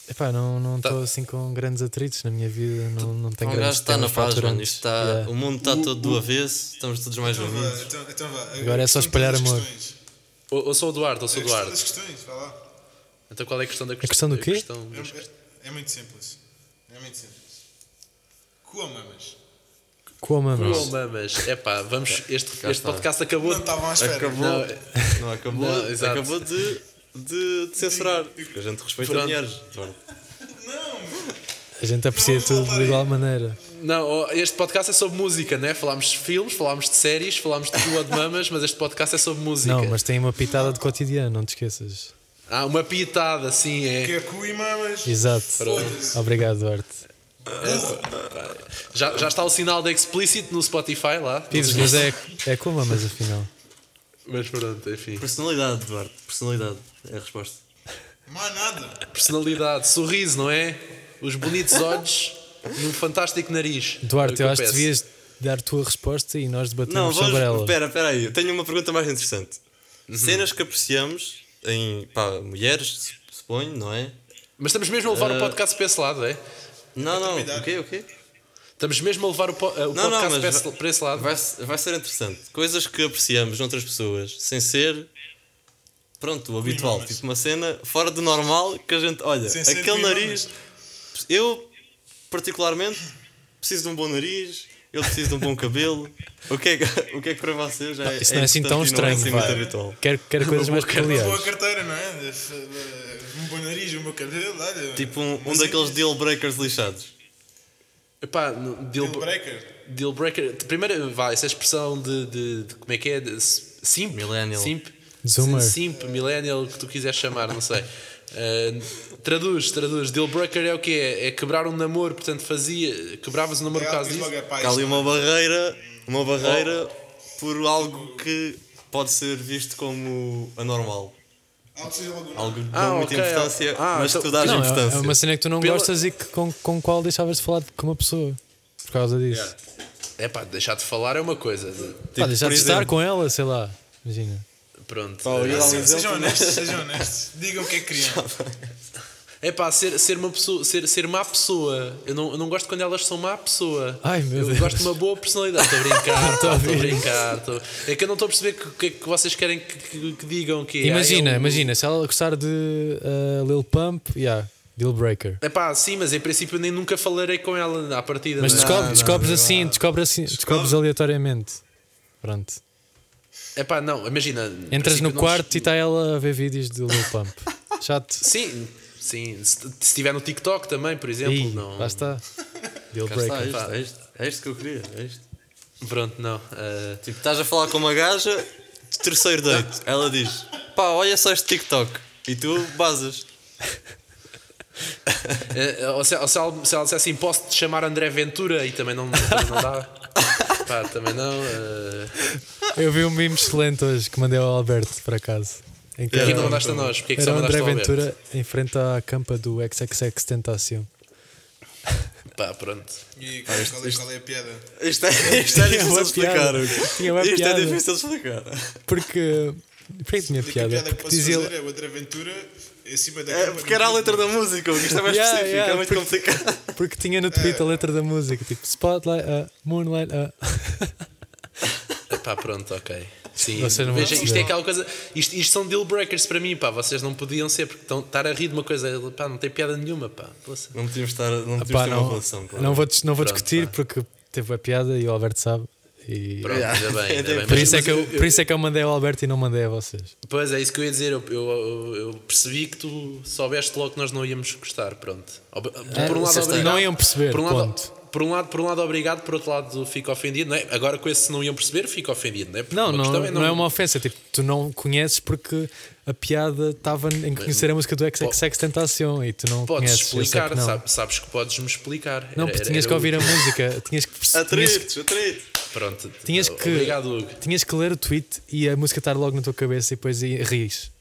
Speaker 3: Epá, não não estou
Speaker 2: Tá.
Speaker 3: assim com grandes atritos na minha vida. Não, não tenho
Speaker 1: O Um
Speaker 3: grandes
Speaker 1: gajo está na
Speaker 3: temas
Speaker 1: paz, mano.
Speaker 3: fraturantes.
Speaker 1: Isto tá está,
Speaker 3: Yeah.
Speaker 1: O mundo está todo do avesso, estamos todos mais
Speaker 4: Então vá,
Speaker 1: unidos.
Speaker 4: então, então vá.
Speaker 3: Agora é só
Speaker 4: A questão
Speaker 3: espalhar
Speaker 4: das
Speaker 3: amor.
Speaker 4: questões.
Speaker 2: ou, ou sou o Duarte, ou
Speaker 4: É
Speaker 2: sou
Speaker 4: a
Speaker 2: o
Speaker 4: questão
Speaker 2: Duarte.
Speaker 4: das questões, vá lá.
Speaker 2: Então qual é a questão da
Speaker 3: questão do quê?
Speaker 2: questão
Speaker 4: É,
Speaker 2: das-
Speaker 4: é- é muito simples. É muito simples. Coma, mas.
Speaker 1: um-
Speaker 3: Coma, mas-
Speaker 2: Oh, mamas, é pá, vamos. Este, este
Speaker 1: está.
Speaker 2: podcast acabou.
Speaker 4: Não estavam à espera.
Speaker 1: Acabou.
Speaker 2: Não,
Speaker 1: Não,
Speaker 2: é-
Speaker 1: acabou.
Speaker 2: Não, exato.
Speaker 1: acabou de, de, de censurar. Porque a gente respeita
Speaker 2: Pronto.
Speaker 1: mulheres. Pronto.
Speaker 3: A gente aprecia
Speaker 4: Não,
Speaker 3: tudo
Speaker 4: não,
Speaker 3: de igual maneira.
Speaker 2: Não, oh, este podcast é sobre música, né? Falámos de filmes, falámos de séries, falámos de rua de mamas, mas este podcast é sobre música.
Speaker 3: Não, mas tem uma pitada de cotidiano, não te esqueças.
Speaker 2: Ah, uma pitada, assim é.
Speaker 4: Que é cu e mamas.
Speaker 3: Exato.
Speaker 2: Pronto.
Speaker 3: Obrigado, Duarte.
Speaker 2: É, Já, já está o sinal de explicit no Spotify lá.
Speaker 3: Pires, mas é, é coma, mas afinal.
Speaker 2: Mas pronto, enfim.
Speaker 1: Personalidade, Duarte. Personalidade é a resposta.
Speaker 4: Não há nada.
Speaker 2: Personalidade, sorriso, não é? Os bonitos olhos e um fantástico nariz. É o
Speaker 3: Duarte, eu acho que
Speaker 2: peço.
Speaker 3: devias dar a tua resposta e nós
Speaker 1: Não,
Speaker 3: debatemos
Speaker 1: vamos.
Speaker 3: sobre ela.
Speaker 1: Espera, espera aí. Eu Tenho uma pergunta mais interessante.
Speaker 3: Uhum.
Speaker 1: Cenas que apreciamos em pá, mulheres, su- suponho, não é?
Speaker 2: Mas estamos mesmo a
Speaker 3: Eh,
Speaker 2: levar o
Speaker 1: Ah.
Speaker 2: podcast para esse lado, é?
Speaker 1: Não, não.
Speaker 4: também dá.
Speaker 1: O quê? O quê?
Speaker 2: Estamos mesmo a levar o, po- ah, o
Speaker 1: Não, não,
Speaker 2: podcast
Speaker 1: mas
Speaker 2: para, esse,
Speaker 1: vai-
Speaker 2: para esse lado.
Speaker 1: Vai, vai ser interessante. Coisas que apreciamos noutras pessoas, sem ser. Pronto, o habitual.
Speaker 4: mamas.
Speaker 1: Tipo uma cena fora do normal que a gente. Olha,
Speaker 4: Sem ser
Speaker 1: aquele
Speaker 4: cu e
Speaker 1: nariz.
Speaker 4: mamas.
Speaker 1: Eu, particularmente, preciso de um bom nariz. Eu preciso de um bom cabelo. O que é que, o que, é que para vocês é,
Speaker 3: Isso não é assim tão
Speaker 1: importante e não é assim
Speaker 3: estranho. vá.
Speaker 1: muito habitual?
Speaker 3: Quero, quero coisas mais
Speaker 4: Uma
Speaker 3: peculiares.
Speaker 4: boa carteira, não é? F- eh, Um bom nariz, um bom cabelo, olha.
Speaker 1: Tipo um, um
Speaker 4: Mas
Speaker 1: daqueles
Speaker 4: é-
Speaker 1: deal breakers lixados.
Speaker 2: Epá, no- deal,
Speaker 4: Deal um breaker.
Speaker 2: deal breaker. Primeiro, vai, essa expressão de, de- de- Como é que é? De, s- simp.
Speaker 1: Millennial.
Speaker 2: Simp.
Speaker 3: Zoomer.
Speaker 2: Simp, millennial, o que tu quiseres chamar, não sei. Ah, traduz, traduz. Deal breaker é o quê? É, é quebrar um namoro, portanto fazia. Quebravas o namoro
Speaker 4: É
Speaker 2: por
Speaker 4: algo
Speaker 2: causa
Speaker 4: que diz
Speaker 2: disso.
Speaker 4: logo, é Oh. pá,
Speaker 1: Há ali
Speaker 4: isto-
Speaker 1: uma barreira, uma barreira por algo que pode ser visto como anormal.
Speaker 4: é algo que seja logo-
Speaker 1: Algo que
Speaker 2: Ah,
Speaker 1: não muita
Speaker 2: ok.
Speaker 1: importância,
Speaker 2: Ah,
Speaker 1: mas
Speaker 2: então-
Speaker 1: tu dás
Speaker 3: Não, é- é
Speaker 1: importância.
Speaker 3: uma cena que tu não
Speaker 2: Pela-
Speaker 3: gostas e que, com, com a qual deixavas de falar com uma pessoa por causa disso.
Speaker 2: É pá, deixar de falar é uma coisa. de-
Speaker 1: por
Speaker 3: Pá, deixar de estar
Speaker 1: exemplo-
Speaker 3: com ela, sei lá. Imagina.
Speaker 2: Pronto. Assim,
Speaker 1: Pá, eu ia lá um
Speaker 4: Sejam
Speaker 1: exemplo, mas-
Speaker 4: honestos, sejam honestos. Digam o que é que queriam.
Speaker 2: É pá, ser, ser uma pessoa, ser, ser má pessoa. Eu não, eu não gosto quando elas são má pessoa.
Speaker 3: Ai, meu
Speaker 2: eu
Speaker 3: Deus.
Speaker 2: gosto de uma boa personalidade. Estou a brincar, estou
Speaker 3: a
Speaker 2: a
Speaker 3: ver.
Speaker 2: brincar. estou- É que eu não estou a perceber o que, que vocês querem que, que- que digam que é.
Speaker 3: Imagina,
Speaker 2: Ah, eu-
Speaker 3: imagina, se ela gostar de ah, Lil Pump, yeah, deal breaker.
Speaker 2: É pá, sim, mas em princípio eu nem nunca falarei com ela à partida.
Speaker 3: Mas
Speaker 2: não é?
Speaker 3: descobre-
Speaker 1: não,
Speaker 3: descobres
Speaker 1: não.
Speaker 3: assim, descobres assim, descobres aleatoriamente. Pronto.
Speaker 2: É pá, não, imagina. em
Speaker 3: Entras
Speaker 2: princípio
Speaker 3: no
Speaker 2: não-
Speaker 3: quarto e está ela a ver vídeos de Lil Pump. Chato.
Speaker 2: Sim, sim. Se se estiver no TikTok também, por exemplo.
Speaker 3: Ih,
Speaker 2: não...
Speaker 3: lá está. Deal
Speaker 1: Cá está, é
Speaker 3: breaker.
Speaker 1: isto, é isto, é isto que eu queria. É isto.
Speaker 2: Pronto, não. ah,
Speaker 1: Tipo, estás a falar com uma gaja, terceiro date. Ela diz: pá, olha só este TikTok. E tu basas.
Speaker 2: Eh, Ou se, ou se ela, se ela disse assim, posso te chamar André Ventura e também não, também não dá. Pá, também não. eh,
Speaker 3: Eu vi um meme excelente hoje que mandei ao Alberto, por acaso. Em que
Speaker 1: É,
Speaker 2: Porquê
Speaker 3: era,
Speaker 2: que não mandaste a nós? Porquê que
Speaker 3: era
Speaker 2: só
Speaker 3: o
Speaker 2: mandaste
Speaker 3: André
Speaker 2: ao Alberto?
Speaker 3: Ventura em frente à campa do XXX Tentacion.
Speaker 2: Pá, pronto.
Speaker 4: E qual, qual é, qual é a piada?
Speaker 1: Isto é, isto é
Speaker 3: Tinha
Speaker 1: difícil
Speaker 3: uma
Speaker 1: de explicar.
Speaker 3: piada.
Speaker 1: Hugo.
Speaker 3: Tinha uma
Speaker 1: Isto é
Speaker 3: piada.
Speaker 1: difícil de explicar.
Speaker 3: Porque. Porquê que tinha
Speaker 4: A única
Speaker 3: piada?
Speaker 4: piada que
Speaker 3: Porque
Speaker 4: posso
Speaker 3: dizia.
Speaker 4: fazer é outra aventura acima da
Speaker 1: É
Speaker 4: cama,
Speaker 1: porque era a
Speaker 4: no-
Speaker 1: letra da música, Hugo. isto é mais
Speaker 3: Yeah,
Speaker 1: específico,
Speaker 3: yeah,
Speaker 1: é muito
Speaker 3: porque-
Speaker 1: complicado.
Speaker 3: Porque tinha no tweet
Speaker 2: É.
Speaker 3: a letra da uh, música, tipo Spotlight, ah, Moonlight, ah.
Speaker 2: Pá, Eh, pronto, ok. Sim,
Speaker 3: Vocês não vão
Speaker 2: veja, isto
Speaker 3: perceber.
Speaker 2: é aquela coisa. Isto, isto são deal breakers para mim, pá. Vocês não podiam ser, porque estão, estar a rir de uma coisa, pá, não tem piada nenhuma, pá. Poça.
Speaker 1: Não podíamos estar. Não podíamos
Speaker 2: é
Speaker 3: Epá,
Speaker 1: ter
Speaker 3: não,
Speaker 1: uma relação, claro.
Speaker 3: não vou, dis- não vou
Speaker 2: Pronto,
Speaker 3: discutir
Speaker 2: pá.
Speaker 3: porque teve a piada e o Alberto sabe. E
Speaker 2: Pronto,
Speaker 1: Yeah.
Speaker 2: ainda bem, ainda bem.
Speaker 3: por,
Speaker 2: Mas-
Speaker 3: isso é
Speaker 2: mas
Speaker 3: que eu,
Speaker 2: eu-
Speaker 3: por isso é que eu mandei ao Alberto e não mandei a vocês.
Speaker 2: Pois é, isso que eu ia dizer. Eu, eu- eu- eu percebi que tu soubeste logo que nós não íamos gostar, pronto. Ob- Por um lado,
Speaker 3: É, vocês
Speaker 2: obrigado.
Speaker 3: não iam perceber,
Speaker 2: Por um, lado,
Speaker 3: ponto.
Speaker 2: por um lado, por um lado, obrigado. Por outro lado, fico ofendido. Não é? Agora, com esse se não iam perceber, fico ofendido, não é? Porque
Speaker 3: Não,
Speaker 2: uma
Speaker 3: não,
Speaker 2: questão
Speaker 3: não, é uma ofensa. Tipo, tu não conheces porque a piada estava em conhecer a música do XXX Tentação e tu não
Speaker 2: Podes
Speaker 3: conheces. eu sei
Speaker 2: explicar,
Speaker 3: que não.
Speaker 2: sabe- sabes que podes me explicar.
Speaker 3: Não,
Speaker 2: Era-
Speaker 3: porque
Speaker 2: era-
Speaker 3: tinhas
Speaker 2: era
Speaker 3: que ouvir
Speaker 2: o-
Speaker 3: a música, tinhas que tinhas que-
Speaker 1: Atritos, atritos.
Speaker 2: Pronto,
Speaker 3: Tinhas que-
Speaker 2: obrigado, Hugo.
Speaker 3: Tinhas que ler o tweet e a música estar logo na tua cabeça e depois i- ris.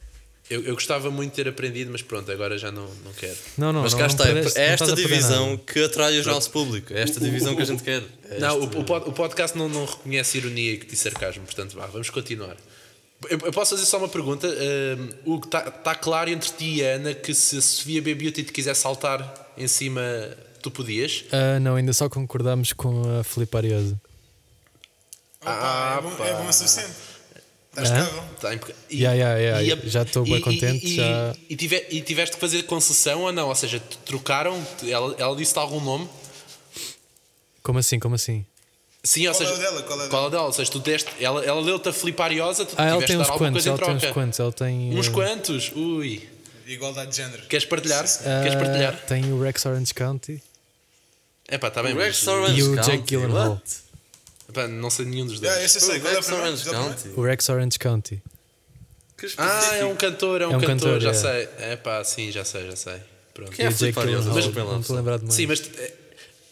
Speaker 2: Eu, eu gostava muito de ter aprendido, mas pronto, agora já não, não quero.
Speaker 3: Não, não,
Speaker 1: Mas
Speaker 3: não,
Speaker 1: cá
Speaker 3: não
Speaker 1: está, é
Speaker 3: perdes- não
Speaker 1: é
Speaker 3: estás
Speaker 1: esta
Speaker 3: a perder
Speaker 1: divisão
Speaker 3: nada.
Speaker 1: que atrai o nosso público. É esta divisão que a gente quer. É
Speaker 2: Não,
Speaker 1: este-
Speaker 2: o, o pod- o podcast não, não reconhece ironia e sarcasmo, portanto, vá, vamos continuar. Eu, eu posso fazer só uma pergunta? Ehm, O Hugo, está claro entre ti e a Ana que se a Sofia B. Beauty te quiser saltar em cima, tu podias?
Speaker 3: Ah, não, ainda só concordámos com a Filipe Arioso.
Speaker 4: Opa,
Speaker 2: Ah,
Speaker 4: é, bom,
Speaker 2: pá.
Speaker 4: é bom o suficiente. Está
Speaker 3: Hã?
Speaker 4: estável.
Speaker 2: Tá impec- e-
Speaker 3: Yeah, yeah, yeah,
Speaker 2: e a-
Speaker 3: já estou bem
Speaker 2: e- e-
Speaker 3: contente,
Speaker 2: E,
Speaker 3: já-
Speaker 2: e tive- e tiveste que fazer concessão ou não? Ou seja, te trocaram? Te- Ela, ela disse-te algum nome?
Speaker 3: Como assim, como assim?
Speaker 2: Sim, ou
Speaker 4: Qual
Speaker 2: seja,
Speaker 4: é o dela? Qual é o
Speaker 2: qual é o dela? Ou seja, tu deste, ela, ela deu-te a flipariosa, tu
Speaker 3: Ah, ela
Speaker 2: tiveste
Speaker 3: tem
Speaker 2: de
Speaker 3: uns
Speaker 2: dar alguma
Speaker 3: quantos,
Speaker 2: coisa em
Speaker 3: ela tem
Speaker 2: troca.
Speaker 3: uns quantos, ela tem.
Speaker 2: Uns
Speaker 3: eh,
Speaker 2: quantos? Ui.
Speaker 4: Igualdade de género.
Speaker 2: Queres partilhar?
Speaker 3: ah,
Speaker 2: Queres partilhar?
Speaker 3: Tem o Rex Orange County
Speaker 2: É pá, está bem.
Speaker 1: O
Speaker 2: mas-
Speaker 1: Rex Orange
Speaker 3: e o
Speaker 1: County,
Speaker 3: Jake Gyllenhaal.
Speaker 1: what?
Speaker 2: Epá, não sei nenhum dos dois.
Speaker 4: Ah, esse eu sei.
Speaker 1: O
Speaker 4: Qual é o
Speaker 1: Rex
Speaker 4: primeiro?
Speaker 1: Orange
Speaker 4: Qual é o primeiro?
Speaker 1: County.
Speaker 3: O Rex Orange County.
Speaker 2: Então, tipo,
Speaker 1: Que
Speaker 2: Ah, é um
Speaker 1: específico.
Speaker 2: cantor, é um,
Speaker 3: É um
Speaker 2: cantor,
Speaker 3: cantor,
Speaker 2: já
Speaker 3: é.
Speaker 2: sei. É pá, sim, já sei, já sei. Pronto.
Speaker 1: Quem é
Speaker 3: e o Jake
Speaker 1: Filipe Arioso?
Speaker 3: Gyllenhaal.
Speaker 1: Mas pela
Speaker 3: Não me
Speaker 1: opção.
Speaker 3: estou a lembrar de mais.
Speaker 2: Sim, mas eh,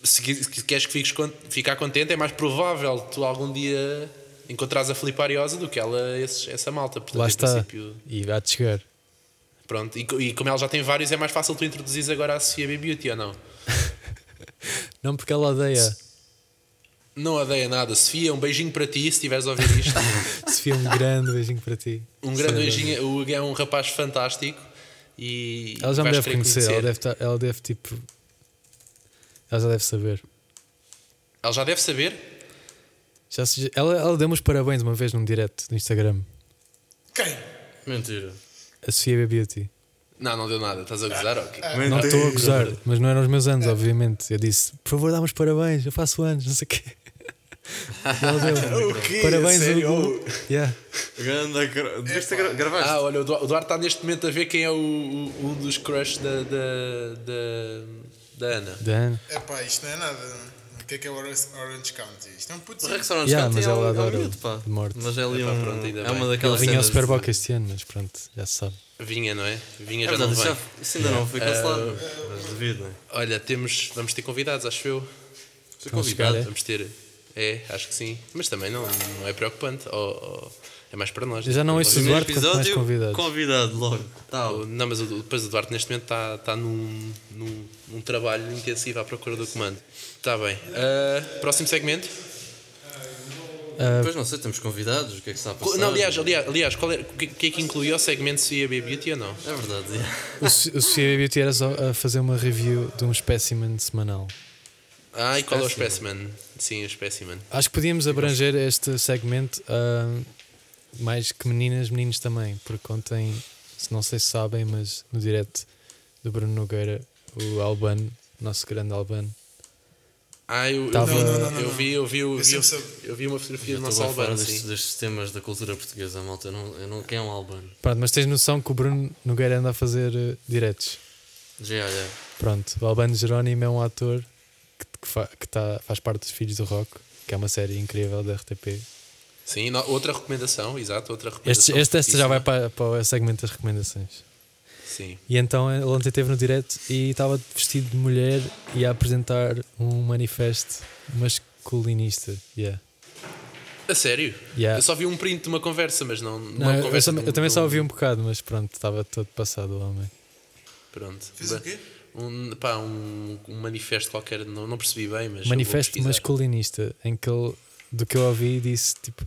Speaker 2: se qui- se queres que fiques con- ficar contente, é mais provável tu algum dia encontrares a Filipariosa do que ela, esses- essa malta. Portanto,
Speaker 3: Lá
Speaker 2: em
Speaker 3: está.
Speaker 2: princípio,
Speaker 3: E há de chegar.
Speaker 2: pronto. E, co- e como ela já tem vários, é mais fácil tu introduzires agora a Sofia B. Beauty ou não?
Speaker 3: Não porque ela odeia.
Speaker 2: Não odeia nada. Sofia, um beijinho para ti, se estiveres a ouvir isto.
Speaker 3: Sofia, um grande beijinho para ti.
Speaker 2: Um grande
Speaker 3: Sim,
Speaker 2: beijinho. O Hugo é um rapaz fantástico e.
Speaker 3: Ela já me
Speaker 2: vais
Speaker 3: deve
Speaker 2: querer
Speaker 3: conhecer, Ela, deve tá- ela deve tipo. Ela já deve saber.
Speaker 2: Ela já deve saber.
Speaker 3: Já se- ela, ela deu-me os parabéns uma vez num direct no Instagram.
Speaker 4: Quem?
Speaker 1: Mentira.
Speaker 3: A Sofia B. Beauty.
Speaker 2: Não, não deu nada. Estás a gozar? ok.
Speaker 3: Não
Speaker 1: Mentira.
Speaker 3: estou a gozar, mas não eram os meus anos, obviamente. Eu disse, por favor, dá-me os parabéns, eu faço anos, não sei o quê. E ela deu
Speaker 4: O quê?
Speaker 3: Parabéns,
Speaker 4: Sério?
Speaker 3: Hugo. Yeah.
Speaker 1: Grande. gra- Deveste gra- gravaste.
Speaker 2: Ah, olha, o Du- o Duarte está neste momento a ver quem é o, o- um dos crush da, da, da, da Ana.
Speaker 3: Dan.
Speaker 4: Epá, isto não é nada. O que é que é o Orange Orange County? Isto é um puto.
Speaker 1: O Rex Orange
Speaker 3: Yeah,
Speaker 1: County
Speaker 3: mas
Speaker 1: é
Speaker 3: ela
Speaker 1: um- é um
Speaker 3: adora
Speaker 1: miúdo, pá.
Speaker 3: de morte.
Speaker 1: Mas é ali
Speaker 2: É pá,
Speaker 1: um-
Speaker 2: pronto, ainda
Speaker 1: é
Speaker 2: bem.
Speaker 1: uma
Speaker 3: Ele
Speaker 1: daquelas
Speaker 3: vinha ao
Speaker 1: cenas
Speaker 3: Superboc
Speaker 1: de-
Speaker 3: este ano, mas pronto, já se sabe.
Speaker 2: Vinha, não é? Vinha
Speaker 1: É
Speaker 2: já não
Speaker 1: verdade,
Speaker 2: vem.
Speaker 1: já- isso ainda não foi cancelado. Mas devido, não é?
Speaker 2: Olha, temos, vamos ter convidados, acho eu.
Speaker 1: Foi
Speaker 3: Vamos chegar,
Speaker 1: convidado.
Speaker 3: é?
Speaker 2: Vamos ter. É, acho que sim. Mas também não, não é preocupante. Ou- ou- é mais para nós.
Speaker 3: Eu já não
Speaker 2: Para
Speaker 3: ouço
Speaker 2: vocês.
Speaker 1: Primeiro
Speaker 3: Duarte, quanto mais
Speaker 1: episódio,
Speaker 3: convidados.
Speaker 1: convidado logo. Tá,
Speaker 2: O- Não, mas o, depois o Duarte neste momento está tá num, num, num trabalho intensivo à procura do comando. Está bem. Ah, próximo segmento.
Speaker 1: depois não sei, temos convidados, o que é que está a
Speaker 2: Co-
Speaker 1: passar?
Speaker 2: Não, aliás, aliás, aliás qual era, o que, que é que incluía o segmento se ia beber beauty ou não?
Speaker 1: É verdade, yeah.
Speaker 3: O Su- o Sofia B. Beauty era só a fazer uma review de um specimen semanal.
Speaker 2: Ah, e qual é o specimen? Sim, o specimen.
Speaker 3: Acho que podíamos abranger este segmento ah, mais que meninas, meninos também, porque ontem, se não sei se sabem, mas no direct do Bruno Nogueira, o Albano, nosso grande Albano,
Speaker 2: Ah, eu, eu
Speaker 3: Tava-
Speaker 2: vi,
Speaker 3: Não, não, é não,
Speaker 4: não,
Speaker 2: eu
Speaker 4: não.
Speaker 2: vi, eu vi, eu
Speaker 4: Eu
Speaker 2: vi, eu
Speaker 4: sempre
Speaker 2: vi,
Speaker 4: soube.
Speaker 2: uma fotografia do
Speaker 1: Eu
Speaker 2: nosso
Speaker 1: estou bem fora
Speaker 2: Albano,
Speaker 1: destes,
Speaker 2: sim.
Speaker 1: destes temas da cultura portuguesa, malta. Eu não, eu não quero um Albano.
Speaker 3: Pronto, mas tens noção que o Bruno Nogueira anda a fazer eh, diretos.
Speaker 1: Já, olha.
Speaker 3: Pronto, o Albano Jerónimo é um ator que, que, fa- que tá- faz parte dos Filhos do Rock, que é uma série incrível da RTP.
Speaker 2: Sim, no- outra recomendação, exato, outra
Speaker 3: Este,
Speaker 2: recomendação.
Speaker 3: este, este já vai
Speaker 2: fortíssima.
Speaker 3: para, para o segmento das recomendações.
Speaker 2: Sim.
Speaker 3: E então ele ontem esteve no direto e estava vestido de mulher e a apresentar um manifesto masculinista. Yeah.
Speaker 2: A sério?
Speaker 3: Yeah.
Speaker 2: Eu só vi um print de uma conversa, mas não.
Speaker 3: Não,
Speaker 2: uma
Speaker 3: eu,
Speaker 2: conversa
Speaker 3: também-
Speaker 2: de um-
Speaker 3: eu também
Speaker 2: de
Speaker 3: só
Speaker 2: um-
Speaker 3: ouvi um bocado, mas pronto, estava todo passado o homem. um-
Speaker 2: Pronto.
Speaker 4: Fiz o quê?
Speaker 2: Um, pá, um, um manifesto qualquer, não, não percebi bem, mas. eu vou
Speaker 3: manifesto
Speaker 2: pesquisar.
Speaker 3: masculinista, em que ele, do que eu ouvi, disse tipo: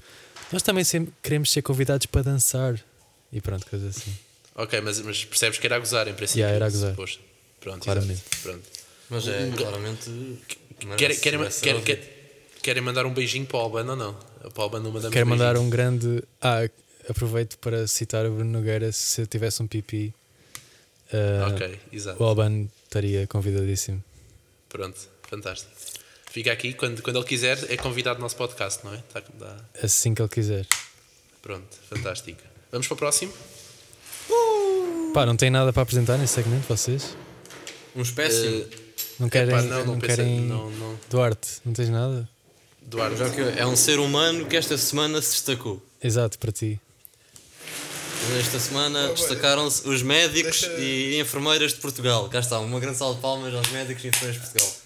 Speaker 3: Nós também sempre queremos ser convidados para dançar. E pronto, coisas assim.
Speaker 2: Ok, mas, mas percebes que era a gozar, em princípio.
Speaker 3: Yeah, era a gozar.
Speaker 2: suposto. Pronto,
Speaker 3: Claramente.
Speaker 2: exato, Pronto.
Speaker 1: Mas é
Speaker 2: Um-
Speaker 1: claramente.
Speaker 2: Querem,
Speaker 1: merece-
Speaker 2: querem,
Speaker 1: merece ser
Speaker 2: querem,
Speaker 1: ouvido.
Speaker 2: querem mandar um beijinho para o Albano ou não? Para o Alban não mandamos
Speaker 3: Quero mandar
Speaker 2: beijinhos.
Speaker 3: um grande. Ah, aproveito para citar o Bruno Nogueira. Se eu tivesse um pipi, ah,
Speaker 2: Ok, exato.
Speaker 3: o Alban estaria convidadíssimo.
Speaker 2: Pronto, fantástico. Fica aqui, quando, quando ele quiser, é convidado ao nosso podcast, não é? Tá, dá-
Speaker 3: Assim que ele quiser.
Speaker 2: Pronto, fantástico. Vamos para o próximo?
Speaker 3: Pá, não tem nada para apresentar nesse segmento, vocês?
Speaker 1: Uns péssimos.
Speaker 3: Não querem.
Speaker 2: Epá, não,
Speaker 3: não
Speaker 2: não pensei-
Speaker 3: querem...
Speaker 2: não, não.
Speaker 3: Duarte, não tens nada?
Speaker 2: Duarte.
Speaker 1: Já que é um ser humano que esta semana se destacou.
Speaker 3: Exato, para ti.
Speaker 1: Esta semana destacaram-se os médicos
Speaker 4: Deixa-
Speaker 1: e enfermeiras de Portugal. Cá está, uma grande salva de palmas aos médicos e enfermeiras de Portugal.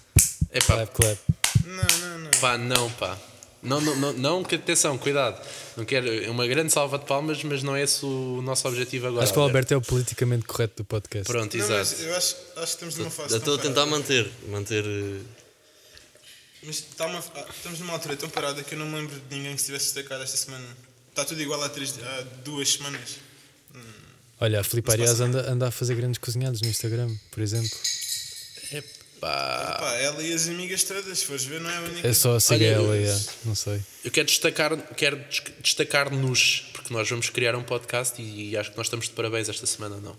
Speaker 2: Epá,
Speaker 3: Clap, clap.
Speaker 4: Não, não, não.
Speaker 2: pá, não, pá. Não, não, não, não, que- atenção, cuidado. Não quero é uma grande salva de palmas, mas não é esse o nosso objetivo agora.
Speaker 3: Acho que o Alberto é o politicamente correto do podcast.
Speaker 2: Pronto,
Speaker 4: Não,
Speaker 2: exato.
Speaker 4: mas eu acho, acho que estamos numa fase.
Speaker 1: Já estou a
Speaker 4: tão
Speaker 1: tentar
Speaker 4: parada.
Speaker 1: manter, manter eh,
Speaker 4: Mas tá uma- ah, estamos numa altura tão parada que eu não me lembro de ninguém que se tivesse destacado esta semana. Está tudo igual há, três, há duas semanas.
Speaker 3: Olha, a Filipe Arias anda, anda a fazer grandes cozinhados no Instagram, por exemplo.
Speaker 2: Epá.
Speaker 4: Pá, ela e as amigas todas, se fores ver, não é a única.
Speaker 3: É só siga
Speaker 2: Olha,
Speaker 3: ela,
Speaker 2: eu-
Speaker 3: yeah, não sei.
Speaker 2: Eu quero destacar, quero des- destacar-nos, porque nós vamos criar um podcast e, acho que nós estamos de parabéns esta semana, não?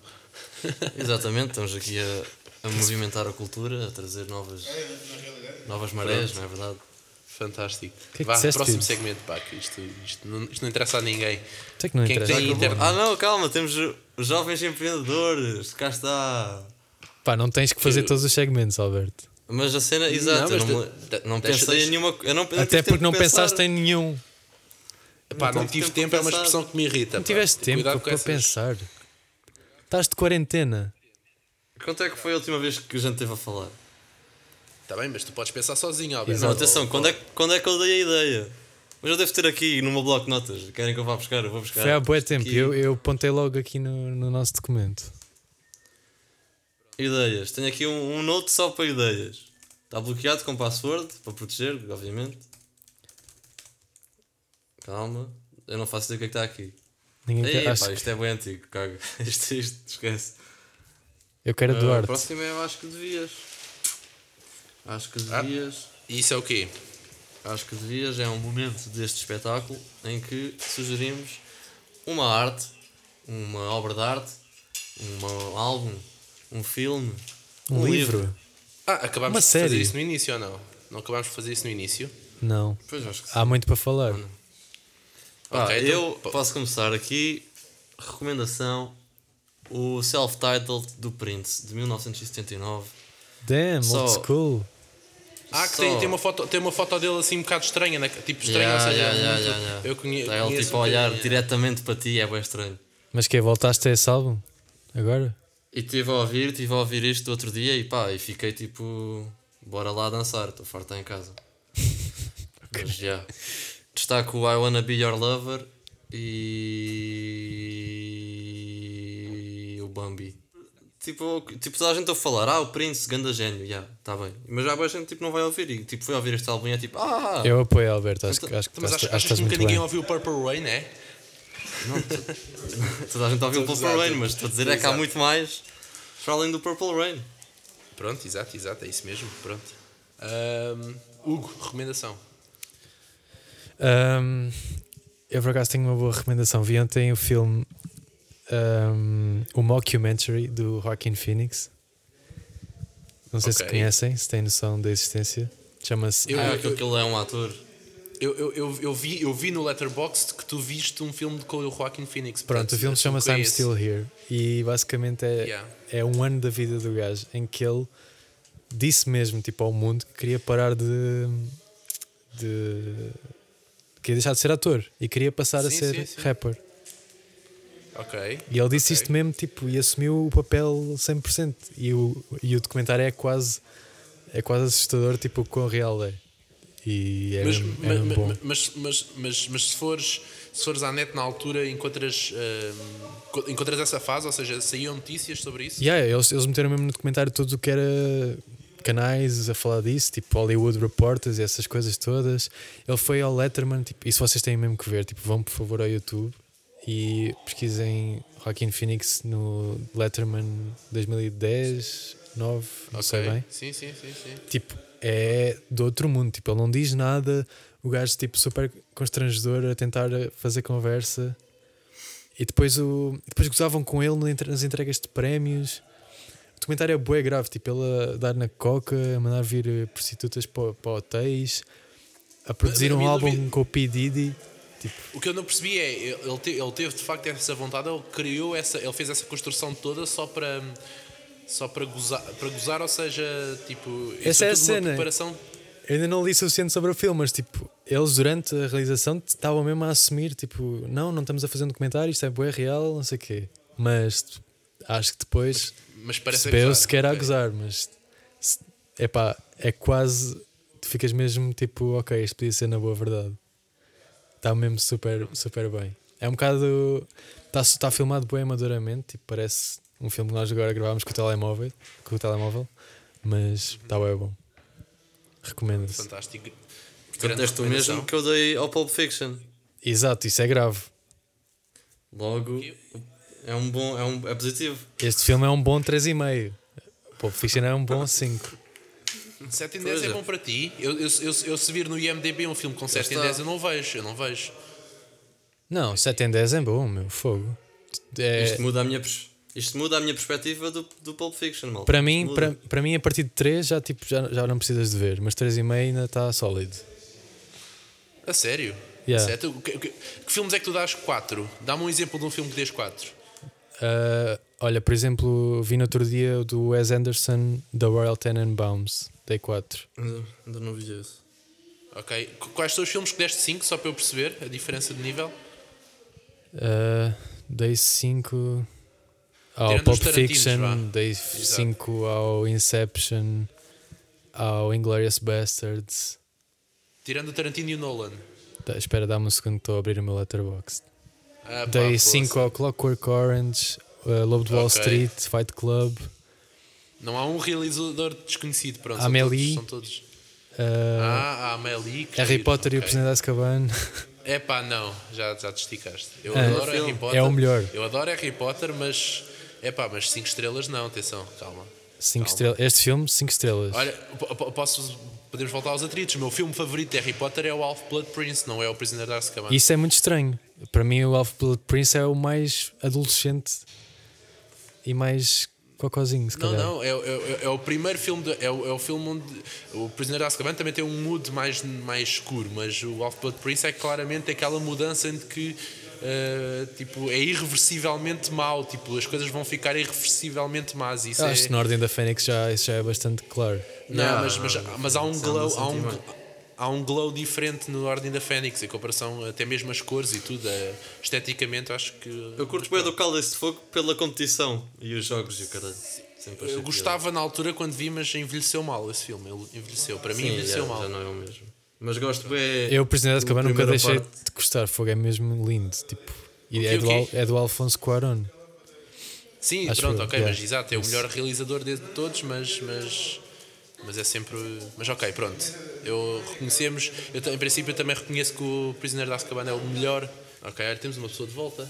Speaker 1: Exatamente, estamos aqui a, a movimentar a cultura, a trazer novas,
Speaker 4: Na realidade.
Speaker 1: novas marés, não é verdade?
Speaker 2: Fantástico.
Speaker 3: que é que
Speaker 2: Vá,
Speaker 3: disseste,
Speaker 2: próximo
Speaker 3: Pedro?
Speaker 2: segmento, pá, que isto, isto não, isto não interessa a ninguém.
Speaker 3: Até que não
Speaker 2: Quem é que
Speaker 3: interessa.
Speaker 2: tem internet?
Speaker 1: Ah não, calma, temos os jovens empreendedores, cá está.
Speaker 3: Pá, não tens que fazer todos os segmentos, Alberto.
Speaker 1: Mas a cena, exato,
Speaker 2: mas
Speaker 1: eu não, me-
Speaker 2: de- de-
Speaker 1: não
Speaker 2: deixa-
Speaker 1: pensei
Speaker 2: deixa-
Speaker 1: em nenhuma co- eu não- eu tive
Speaker 3: Até
Speaker 1: tempo
Speaker 3: porque
Speaker 1: de
Speaker 3: não
Speaker 1: pensar.
Speaker 3: pensaste em nenhum.
Speaker 2: Pá, não, tive tempo, é uma
Speaker 1: pensar.
Speaker 2: expressão que me irrita.
Speaker 3: Não tiveste tempo para pensar. Estás de quarentena.
Speaker 1: Quanto é que foi a última vez que a gente esteve a falar?
Speaker 2: Está Tá bem, mas tu podes pensar sozinho, Alberto.
Speaker 1: Não, atenção, quando é, que- quando é que eu dei a ideia? Mas eu devo ter aqui numa bloco de notas. Querem que eu vá buscar? Eu vou buscar.
Speaker 3: Foi há bué tempo.
Speaker 1: Aqui,
Speaker 3: Eu, eu pontei logo aqui no, no nosso documento.
Speaker 1: Ideias. Tenho aqui um, um note só para ideias. Está bloqueado com password, para proteger, obviamente. Calma. Eu não faço ideia o que é que está aqui.
Speaker 3: Ninguém
Speaker 1: Ei,
Speaker 3: quer-
Speaker 1: pá,
Speaker 3: acho que-
Speaker 1: isto é bem antigo, caga. Isto, isto, esquece.
Speaker 3: eu quero a
Speaker 1: Ah, o
Speaker 3: Duarte.
Speaker 1: próximo eu acho que devias. Acho que devias.
Speaker 2: E isso é o quê?
Speaker 1: Acho que devias é um momento deste espetáculo em que sugerimos uma arte, uma obra de arte, um álbum, um filme,
Speaker 3: um livro?
Speaker 2: Ah, acabámos
Speaker 3: Uma
Speaker 2: de fazer
Speaker 3: série.
Speaker 2: isso no início ou não? Não acabámos de fazer isso no início?
Speaker 3: Não.
Speaker 1: Pois acho que sim.
Speaker 3: Há muito para falar.
Speaker 1: Pá,
Speaker 2: Ok, então-
Speaker 1: eu posso começar aqui. Recomendação: o self-titled do Prince de 1979.
Speaker 3: Damn,
Speaker 1: Só-
Speaker 3: old school.
Speaker 2: Ah, que
Speaker 1: Só-
Speaker 2: tem, tem uma foto, tem uma foto dele assim um bocado estranha, né? tipo estranha,
Speaker 1: Yeah,
Speaker 2: ou seja,
Speaker 1: yeah, yeah,
Speaker 2: muito-
Speaker 1: yeah, yeah.
Speaker 2: eu conhe-
Speaker 1: Está
Speaker 2: conheço.
Speaker 1: ele tipo a
Speaker 2: um
Speaker 1: olhar
Speaker 2: bocadinho.
Speaker 1: diretamente para ti, é bem estranho.
Speaker 3: Mas que voltaste a esse álbum? Agora?
Speaker 1: E estive a ouvir, estive a ouvir isto outro dia e pá, e fiquei tipo, bora lá dançar, estou farto em casa. Mas já. Destaco o I Wanna Be Your Lover e. o Bambi. Tipo, tipo, toda a gente a falar, ah, o Prince, ganda gênio, já, está bem. Mas já a gente tipo, não vai ouvir e tipo, foi ouvir este álbum e é tipo, ah, Então,
Speaker 3: Eu apoio, Alberto. Acho, que- acho que
Speaker 2: Então, Mas acho,
Speaker 3: estás- acho que
Speaker 2: achas
Speaker 3: estás
Speaker 2: que nunca
Speaker 3: muito
Speaker 2: ninguém
Speaker 3: bem.
Speaker 2: ouviu o Purple Rain, é?
Speaker 1: toda a gente ouviu o Purple
Speaker 2: Exato.
Speaker 1: Rain, mas estou a dizer é que há
Speaker 2: Exato.
Speaker 1: muito mais para além do Purple Rain.
Speaker 2: Pronto, exato, exato, é isso mesmo, pronto. Ahm, Hugo, recomendação.
Speaker 3: Ahm, eu por acaso tenho uma boa recomendação. Vi ontem o filme ahm, O Mockumentary do Joaquin Phoenix. Não sei se
Speaker 2: Ok.
Speaker 3: conhecem, se têm noção da existência. Chama-se
Speaker 2: Eu-
Speaker 1: ah,
Speaker 2: eu-
Speaker 1: que aquele é um ator.
Speaker 2: Eu, eu, eu, eu vi, eu vi no Letterboxd que tu viste um filme com o Joaquin Phoenix.
Speaker 3: Pronto, o filme chama-se I'm Still Here e basicamente é,
Speaker 2: Yeah.
Speaker 3: é um ano da vida do gajo em que ele disse mesmo tipo, ao mundo que queria parar de. de queria deixar de ser ator e queria passar a
Speaker 2: Sim,
Speaker 3: ser
Speaker 2: sim, sim.
Speaker 3: rapper.
Speaker 2: Ok.
Speaker 3: E ele
Speaker 2: Ok.
Speaker 3: disse isto mesmo tipo, e assumiu o papel 100%. E o, e o documentário é quase, é quase assustador, tipo, o quão real é. E é,
Speaker 2: Mas,
Speaker 3: mesmo, é
Speaker 2: ma-
Speaker 3: mesmo
Speaker 2: ma-
Speaker 3: bom.
Speaker 2: mas, mas, mas, mas se, fores, se fores à net na altura, encontras, ahm, co- encontras essa fase, ou seja, saíam notícias sobre isso?
Speaker 3: Yeah, eles, eles meteram mesmo no documentário tudo o que era canais a falar disso, tipo Hollywood Reporters e essas coisas todas. Ele foi ao Letterman, tipo, isso vocês têm mesmo que ver, tipo, vão por favor ao YouTube e pesquisem Joaquin Phoenix no Letterman 2010, 9, não sei
Speaker 2: Ok.
Speaker 3: bem.
Speaker 2: Sim, sim, sim. sim.
Speaker 3: Tipo, é do outro mundo. Tipo, ele não diz nada, o gajo tipo super constrangedor a tentar fazer conversa. E depois, o, depois gozavam com ele na entre- nas entregas de prémios. O documentário é bué grave, tipo, ele a dar na coca, a mandar vir eh, prostitutas para, para hotéis, a produzir
Speaker 2: mas a
Speaker 3: um
Speaker 2: mim
Speaker 3: álbum
Speaker 2: duvido-
Speaker 3: com o P. Diddy. Tipo,
Speaker 2: O que eu não percebi é, ele, ele te- ele teve de facto essa vontade, ele criou essa, ele fez essa construção toda só para só para gozar, para gozar ou seja, tipo, isso
Speaker 3: Essa é a
Speaker 2: tudo uma
Speaker 3: cena.
Speaker 2: preparação.
Speaker 3: Eu ainda não li suficiente sobre o filme, mas tipo, eles durante a realização estavam mesmo a assumir, tipo, não, não estamos a fazer um documentário, isto é bué real, não sei o quê. Mas tipo, acho que depois
Speaker 2: Mas parece a
Speaker 3: percebeu-se
Speaker 2: gozar.
Speaker 3: que era a
Speaker 2: Ok.
Speaker 3: gozar, mas é pá, é quase, tu ficas mesmo tipo, ok, isto podia ser na boa verdade. Está mesmo super, super bem. É um bocado, está tá filmado bem amadoramente, tipo, parece um filme que nós agora gravámos com o telemóvel, com o telemóvel mas está bem bom. Recomendo-se.
Speaker 2: Fantástico.
Speaker 1: Portanto,
Speaker 2: Grande
Speaker 1: és tu mesmo
Speaker 2: recomendação.
Speaker 1: que eu dei ao Pulp Fiction.
Speaker 3: Exato, isso é grave.
Speaker 1: Logo, é um bom, é, um, é positivo.
Speaker 3: Este filme é um bom 3,5. Pulp Fiction é um bom 5.
Speaker 2: 7 em 10 é
Speaker 1: Coisa.
Speaker 2: bom para ti. Eu, eu, eu, eu se vir no IMDB um filme com 7 em
Speaker 1: está.
Speaker 2: 10 eu não vejo, eu não vejo.
Speaker 3: Não, 7 em 10 é bom, meu fogo. É-
Speaker 1: Isto muda a minha, pers- isto muda a minha perspectiva do, do Pulp Fiction, malta.
Speaker 3: para,
Speaker 1: Isto
Speaker 3: mim,
Speaker 1: muda.
Speaker 3: para, para mim, a partir de 3 já, tipo, já, já não precisas de ver, mas 3,5 ainda está sólido.
Speaker 2: A sério?
Speaker 3: Yeah.
Speaker 2: Certo? O Que, o que- que filmes é que tu dás 4? Dá-me um exemplo de um filme que dês 4.
Speaker 3: Ah, olha, por exemplo, vi no outro dia o do Wes Anderson, The Royal Tenenbaums, Day 4.
Speaker 1: Ainda, ainda não vi isso.
Speaker 2: Ok. Qu- Quais são os filmes que deste 5, só para eu perceber a diferença de nível?
Speaker 3: Ah, dei 5 ao
Speaker 2: Tirando
Speaker 3: Pulp
Speaker 2: os Tarantinos, vá.
Speaker 3: Fiction, dei 5 ao Inception, ao Inglorious Bastards.
Speaker 2: Tirando o Tarantino e o Nolan.
Speaker 3: Tá, espera, dá-me um segundo, estou a abrir o meu letterbox.
Speaker 2: Ah, pá,
Speaker 3: Dei
Speaker 2: poça.
Speaker 3: 5 ao Clockwork Orange, uh, Lobo de Wall
Speaker 2: Ok.
Speaker 3: Street, Fight Club,
Speaker 2: Não há um realizador desconhecido, pronto. são todos-
Speaker 3: Amélie.
Speaker 2: São todos.
Speaker 3: uh,
Speaker 2: Ah, a Amélie. que
Speaker 3: Harry
Speaker 2: giro,
Speaker 3: Potter e o
Speaker 2: ok.
Speaker 3: Prisioneiro de Azkaban.
Speaker 2: É pá, não, já, já te esticaste. Eu
Speaker 3: É.
Speaker 2: adoro
Speaker 1: É o
Speaker 2: Harry Potter.
Speaker 3: melhor.
Speaker 2: Eu adoro Harry Potter, mas. É pá, mas 5 estrelas não, atenção, calma.
Speaker 3: 5
Speaker 2: Calma.
Speaker 3: estrelas. Este filme, 5 estrelas.
Speaker 2: Olha, po- po- posso. Podemos voltar aos atritos. O meu filme favorito de Harry Potter é o Half Blood Prince, não é o Prisioneiro de Azkaban.
Speaker 3: Isso é muito estranho. Para mim, o Half Blood Prince é o mais adolescente e mais cocôzinho, se
Speaker 2: Não,
Speaker 3: calhar.
Speaker 2: não, é, é- é- é o primeiro filme, de- é, o, é o filme onde o Prisioneiro de Azkaban também tem um mood mais, mais escuro, mas o Half Blood Prince é claramente aquela mudança entre que eh, tipo, é irreversivelmente mau, tipo, as coisas vão ficar irreversivelmente más. Isso
Speaker 1: Ah,
Speaker 3: Acho
Speaker 2: é,
Speaker 3: que na Ordem da Fênix já, isso já é bastante claro.
Speaker 2: Não,
Speaker 1: Não,
Speaker 2: mas,
Speaker 1: não,
Speaker 2: mas,
Speaker 1: não,
Speaker 2: mas há um
Speaker 1: isso é um
Speaker 2: glow,
Speaker 1: bom
Speaker 2: há um,
Speaker 1: sentimento.
Speaker 2: gl- há um glow diferente no Ordem da Fênix, em comparação até mesmo as cores e tudo, eh, esteticamente eu acho que
Speaker 1: Eu curto bem do Cálice de Fogo pela competição e os jogos e o caralho. Sempre achei
Speaker 2: eu gostava na altura quando vi, mas envelheceu mal esse filme, ele envelheceu, para
Speaker 1: piada.
Speaker 2: mim
Speaker 1: Sim,
Speaker 2: envelheceu
Speaker 1: já,
Speaker 2: mal.
Speaker 1: já não é o mesmo. Mas gosto bem.
Speaker 3: Eu, o Prisioneiro de
Speaker 1: da
Speaker 3: Azkaban, nunca
Speaker 1: primeira
Speaker 3: deixei
Speaker 1: parte.
Speaker 3: de gostar. Fogo é mesmo lindo. Tipo, e
Speaker 2: quê,
Speaker 3: é,
Speaker 2: o
Speaker 3: do,
Speaker 2: quê?
Speaker 3: Al- é do Alfonso Cuarón.
Speaker 2: Sim,
Speaker 3: Acho
Speaker 2: pronto,
Speaker 3: eu,
Speaker 2: ok,
Speaker 3: yeah.
Speaker 2: mas exato, é o melhor realizador de todos, mas, mas, mas é sempre. Mas ok, pronto. Eu reconhecemos, eu, ta- em princípio eu também reconheço que o Prisioneiro de Azkaban é o melhor. Ok, olha, temos uma pessoa de volta.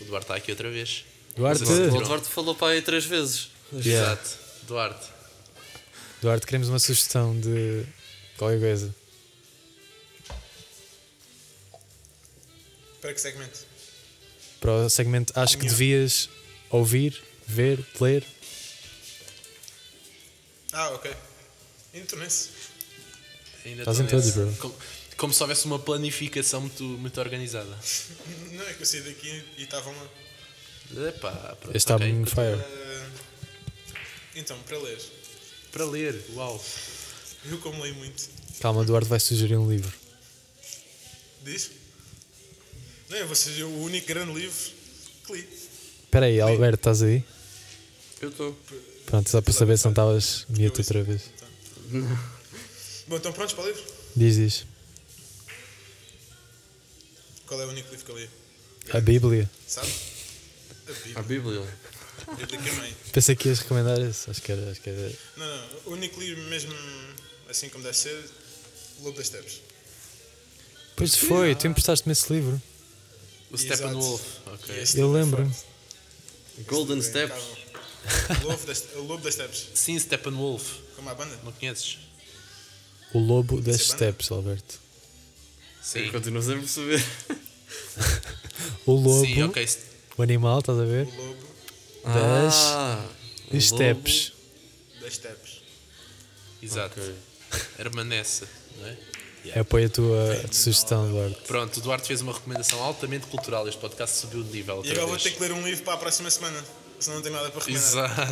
Speaker 2: O Duarte está aqui outra vez.
Speaker 3: Duarte,
Speaker 1: O Eduardo falou para aí três vezes.
Speaker 3: Yeah.
Speaker 2: Exato, Duarte.
Speaker 3: Duarte, queremos uma sugestão de qualquer coisa.
Speaker 4: Para que segmento?
Speaker 3: Para o segmento, acho que devias ouvir, ver, ler.
Speaker 4: Ah, ok. Ainda estou nesse.
Speaker 2: Ainda
Speaker 3: Fazem
Speaker 2: estou
Speaker 3: todos,
Speaker 2: nesse-
Speaker 3: bro.
Speaker 2: Como, como se houvesse uma planificação muito, muito organizada.
Speaker 4: Não é que eu saí daqui e estava lá.
Speaker 2: Epá, pronto,
Speaker 3: Este está
Speaker 2: ok,
Speaker 3: on fire.
Speaker 4: Ah, então, para ler.
Speaker 2: Para ler, uau.
Speaker 4: Eu como leio muito.
Speaker 3: Calma, Duarte vai sugerir um livro.
Speaker 4: Diz? Não, eu vou ser o único grande livro que li.
Speaker 3: Espera aí, Alberto, estás aí?
Speaker 1: Eu estou.
Speaker 3: Pronto, só para saber se não estavas mute outra vez.
Speaker 4: Bom, então prontos para o livro?
Speaker 3: Diz, diz.
Speaker 4: Qual é o único livro que eu li?
Speaker 3: A Bíblia.
Speaker 4: Sabe? A Bíblia.
Speaker 1: A Bíblia.
Speaker 4: Eu li que a mãe.
Speaker 3: Pensei que ias recomendar esse. Acho que era. Acho que era.
Speaker 4: Não, não. O único livro mesmo, assim como deve ser, Lobo das Steps.
Speaker 3: Pois foi, tu emprestaste-me esse livro.
Speaker 2: O Steppenwolf, ok.
Speaker 3: Eu
Speaker 4: é
Speaker 3: lembro.
Speaker 1: Golden Steps.
Speaker 4: Lobo das, o Lobo das Steps.
Speaker 2: Sim, Steppenwolf,
Speaker 4: Como é a banda?
Speaker 2: não conheces?
Speaker 3: O Lobo das
Speaker 4: Isso é
Speaker 3: Steps, Alberto.
Speaker 2: Sim,
Speaker 1: Continuo sem perceber.
Speaker 3: O Lobo,
Speaker 2: sim, ok. s-
Speaker 3: o animal, estás a ver?
Speaker 4: O lobo
Speaker 3: Das
Speaker 1: Ah, o
Speaker 3: Steps.
Speaker 4: das steps.
Speaker 2: Exato. Permanece, não é?
Speaker 3: Apoio a tua sugestão, Eduardo.
Speaker 2: Pronto, o Duarte fez uma recomendação altamente cultural. Este podcast subiu de nível.
Speaker 4: E
Speaker 2: Outra
Speaker 4: agora vou
Speaker 2: vez.
Speaker 4: ter que ler um livro para a próxima semana. Senão não tenho nada para recomendar.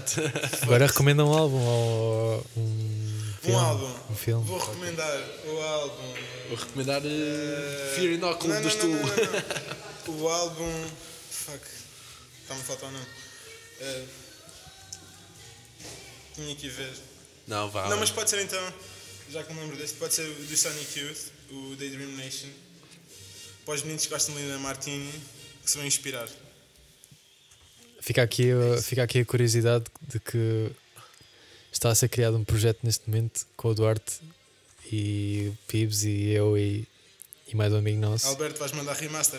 Speaker 2: Exato.
Speaker 3: Agora recomenda um álbum ou um
Speaker 4: Um
Speaker 3: filme.
Speaker 4: álbum.
Speaker 3: Um filme.
Speaker 4: Vou recomendar o álbum.
Speaker 2: Vou recomendar eh, Fear
Speaker 4: Não,
Speaker 2: Inoculum
Speaker 4: não,
Speaker 2: do
Speaker 4: não,
Speaker 2: Estulo.
Speaker 4: não, não, não. O álbum. Fuck. Está-me a faltar o nome. Eh, tinha que ver.
Speaker 2: Não,
Speaker 3: Ah.
Speaker 2: vá.
Speaker 4: Não, mas pode ser então, já que me lembro deste, pode ser o do Sonic Youth, o Daydream Nation. Para os meninos que gostam de Linda Martini, que se vão inspirar.
Speaker 3: Fica aqui, uh, fica aqui a curiosidade de que está a ser criado um projeto neste momento com o Duarte e o Pibes e eu e, e mais um amigo nosso,
Speaker 4: Alberto, vais mandar remaster.